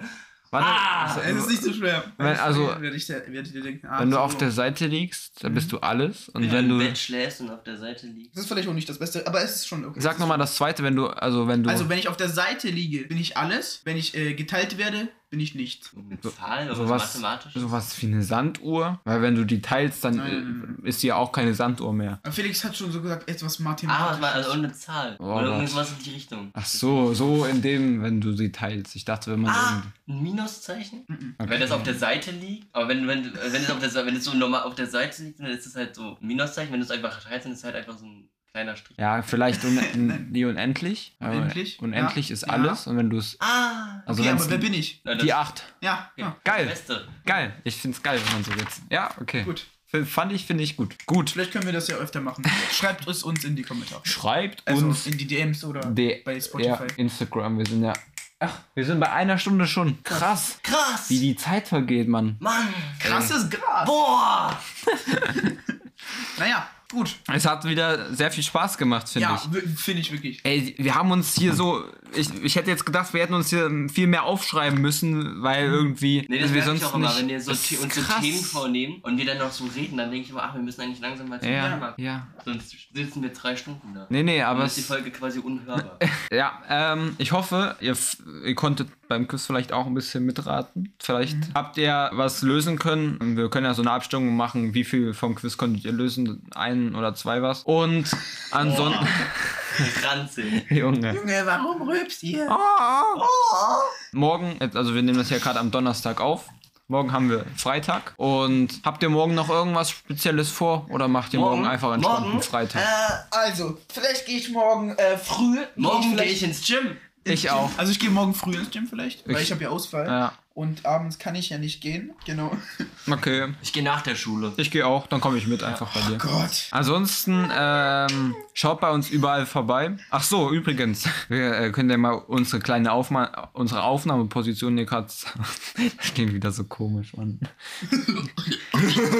Warte, Ah, also, Es ist nicht so schwer. Wenn- Wenn, also, werde ich, der- werde ich dir denken, ah, wenn du so. auf der Seite liegst, dann bist Mhm. du alles. Und Wenn wenn du du. im Bett schläfst und auf der Seite liegst. Das ist vielleicht auch nicht das Beste, aber es ist schon okay. Sag nochmal das zweite, wenn du, also wenn du. Also, wenn ich auf der Seite liege, bin ich alles. Wenn ich äh, geteilt werde, bin ich nichts. Eine Zahl, aber sowas, mathematisch. sowas wie eine Sanduhr. Weil wenn du die teilst, dann Nein, nein, nein. äh, ist sie ja auch keine Sanduhr mehr. Aber Felix hat schon so gesagt, etwas Ah, mathematisch. es war also irgendeine Zahl. Oh Oder Gott. irgendwas in die Richtung. Ach so, so in dem, wenn du sie teilst. Ich dachte, wenn man. Ah, irgendwie- ein Minuszeichen? Okay. Wenn das auf der Seite liegt, aber wenn, wenn, wenn, es, auf der, Se- wenn es so normal auf der Seite liegt, dann ist es halt so ein Minuszeichen. Wenn du es einfach teilst, dann ist es halt einfach so ein kleiner Strich. Ja, vielleicht un nie unendlich. aber Unendlich, Unendlich ja, ist ja. alles. Und wenn du es. Ah! Also okay, wenn's aber wer bin ich? Na, das- die 8. Ja, okay. ja. Geil. Beste. Geil. Ich find's geil, wenn man so jetzt. Ja, okay. gut. F fand ich, finde ich gut. Gut. Vielleicht können wir das ja öfter machen. Schreibt es uns in die Kommentare. Schreibt Also uns in die DMs oder D bei Spotify. Ja, Instagram. Wir sind ja. Ach, wir sind bei einer Stunde schon. Krass. Krass! Wie die Zeit vergeht, Mann. Mann! Krasses Gras. Boah! Naja, gut. Es hat wieder sehr viel Spaß gemacht, finde Ja, ich. wi- finde ich wirklich. Ey, wir haben uns hier so. Ich, ich hätte jetzt gedacht, wir hätten uns hier viel mehr aufschreiben müssen, weil irgendwie. Nee, das wir merke ich auch immer, nicht- wenn wir so Das The- ist uns so krass. Themen vornehmen und wir dann noch so reden, dann denke ich immer, ach, wir müssen eigentlich langsam mal zum Ja, Thema. ja. Sonst sitzen wir drei Stunden da. Nee, nee, Dann aber ist die es- Folge quasi unhörbar. Ja, ähm, ich hoffe, ihr, f- ihr konntet beim Quiz vielleicht auch ein bisschen mitraten. Vielleicht Mhm. habt ihr was lösen können. Wir können ja so eine Abstimmung machen, wie viel vom Quiz konntet ihr lösen? Ein oder zwei was? Und ansonsten. Ranzig. Junge. Junge, warum rülpst ihr? Morgen, also wir nehmen das ja gerade am Donnerstag auf. Morgen haben wir Freitag. Und habt ihr morgen noch irgendwas Spezielles vor? Oder macht ihr morgen, Morgen? einfach einen entspannten Morgen? Freitag? also, vielleicht gehe ich morgen äh, früh. Morgen gehe ich ins Gym. ich auch. Also ich gehe morgen früh ins Gym vielleicht, weil Ich- ich, habe ja Ausfall. Ja. Und abends kann ich ja nicht gehen. Genau. Äh. Okay. Ich gehe nach der Schule. Ich gehe auch, dann komme ich mit einfach bei dir. Gott. Ansonsten ähm, schaut bei uns überall vorbei. Ach so, übrigens, wir äh, können ja mal unsere kleine Aufma unsere Aufnahmeposition hier gerade. das klingt wieder so komisch, Mann.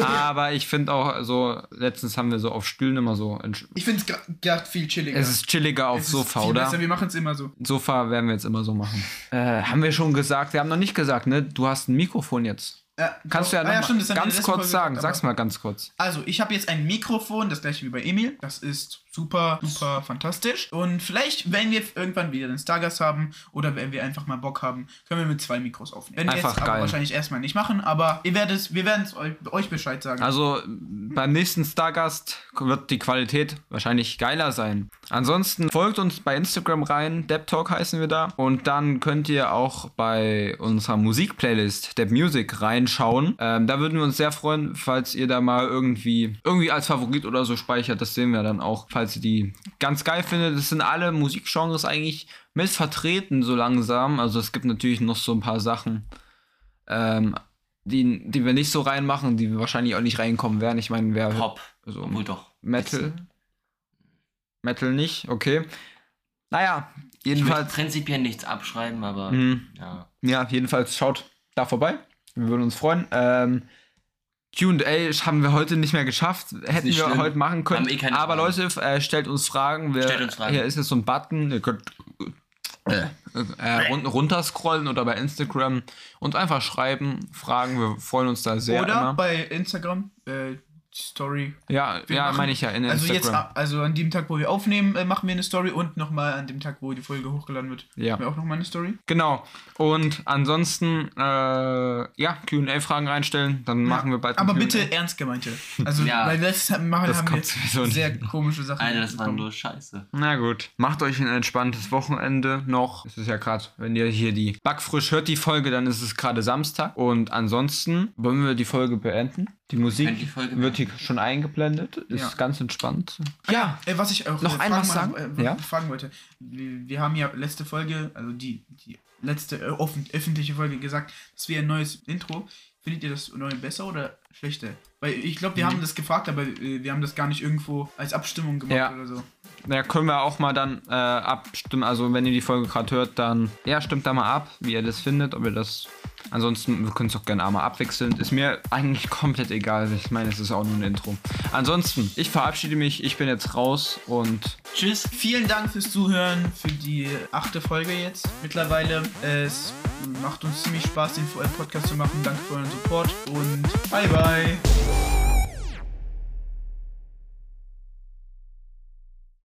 Aber ich finde auch so, letztens haben wir so auf Stühlen immer so. entsch- Ich finde es gerade viel chilliger. Es ist chilliger auf Es ist Sofa, viel oder? Besser. Wir machen es immer so. Sofa werden wir jetzt immer so machen. Äh, haben wir schon gesagt, wir haben noch nicht gesagt, ne? Du hast ein Mikrofon jetzt. Ja, Kannst du ja, ah noch mal stimmt, das haben wir ganz letzte kurz Folge sagen. gesagt, aber- Sag's mal ganz kurz. Also, ich habe jetzt ein Mikrofon, das gleiche wie bei Emil. Das ist super, super fantastisch. Und vielleicht, wenn wir irgendwann wieder den Stargast haben oder wenn wir einfach mal Bock haben, können wir mit zwei Mikros aufnehmen. Wenn wir Einfach jetzt aber geil. wahrscheinlich erstmal nicht machen, aber ihr werdet es, wir werden es euch, euch Bescheid sagen. Also beim nächsten Stargast wird die Qualität wahrscheinlich geiler sein. Ansonsten folgt uns bei Instagram rein, Depp Talk heißen wir da. Und dann könnt ihr auch bei unserer Musikplaylist Depp Music reinschauen. Ähm, da würden wir uns sehr freuen, falls ihr da mal irgendwie, irgendwie als Favorit oder so speichert. Das sehen wir dann auch, falls ihr die ganz geil findet. Das sind alle Musikgenres eigentlich mit vertreten so langsam. Also es gibt natürlich noch so ein paar Sachen. Ähm, die, die wir nicht so reinmachen, die wir wahrscheinlich auch nicht reinkommen werden. Ich meine, wer Pop. also Obwohl doch. Metal. Metal nicht, okay. Naja, Ich würde jedenfalls. prinzipiell nichts abschreiben, aber Mhm. ja. Ja, jedenfalls schaut da vorbei. Wir würden uns freuen. Ähm, QA haben wir heute nicht mehr geschafft. Hätten wir nicht schlimm. heute machen können. Haben eh keine Aber Fragen. Leute, f- äh, stellt uns Fragen. Wir, Stellt uns Fragen. Hier ist jetzt so ein Button. Ihr könnt äh, äh, run runterscrollen oder bei Instagram und einfach schreiben, Fragen. Wir freuen uns da sehr. oder immer. bei Instagram, äh, die Story. Ja, Wir ja machen- meine ich ja. In Also jetzt, Instagram. ab- also an dem Tag, wo wir aufnehmen, äh, machen wir eine Story und nochmal an dem Tag, wo die Folge hochgeladen wird, Ja. machen wir auch nochmal eine Story. Genau. Und ansonsten, äh, ja, QA-Fragen reinstellen. Dann machen wir bald. ein Aber Q&A. bitte ernst gemeinte. Also, Ja. weil das haben, machen, Das haben kommt sowieso wir nicht. sehr komische Sachen. Alter, das war bekommen. nur Scheiße. Na gut. Macht euch ein entspanntes Wochenende noch. Es ist ja gerade, wenn ihr hier die Backfrisch hört, die Folge, dann ist es gerade Samstag. Und ansonsten wollen wir die Folge beenden. Die Musik Wenn die Folge wird hier schon eingeblendet. Ist Ja. ganz entspannt. Ja, äh, was ich auch Noch äh, ein was fragen- sagen? Äh, Ja. fragen wollte. Wir, wir haben ja letzte Folge, also die, die letzte äh, offen, öffentliche Folge gesagt, dass wir ein neues Intro. Findet ihr das neue besser oder schlechter? Weil ich glaube, Mhm. wir haben das gefragt, aber äh, wir haben das gar nicht irgendwo als Abstimmung gemacht Ja. oder so. Na, können wir auch mal dann äh, abstimmen. Also, wenn ihr die Folge gerade hört, dann ja, stimmt da mal ab, wie ihr das findet, ob ihr das. Ansonsten, wir können es auch gerne einmal abwechseln. Ist mir eigentlich komplett egal. Ich meine, es ist auch nur ein Intro. Ansonsten, ich verabschiede mich. Ich bin jetzt raus und Tschüss. Vielen Dank fürs Zuhören, für die achte Folge jetzt mittlerweile. Es macht uns ziemlich Spaß, den Podcast zu machen. Danke für euren Support und bye bye.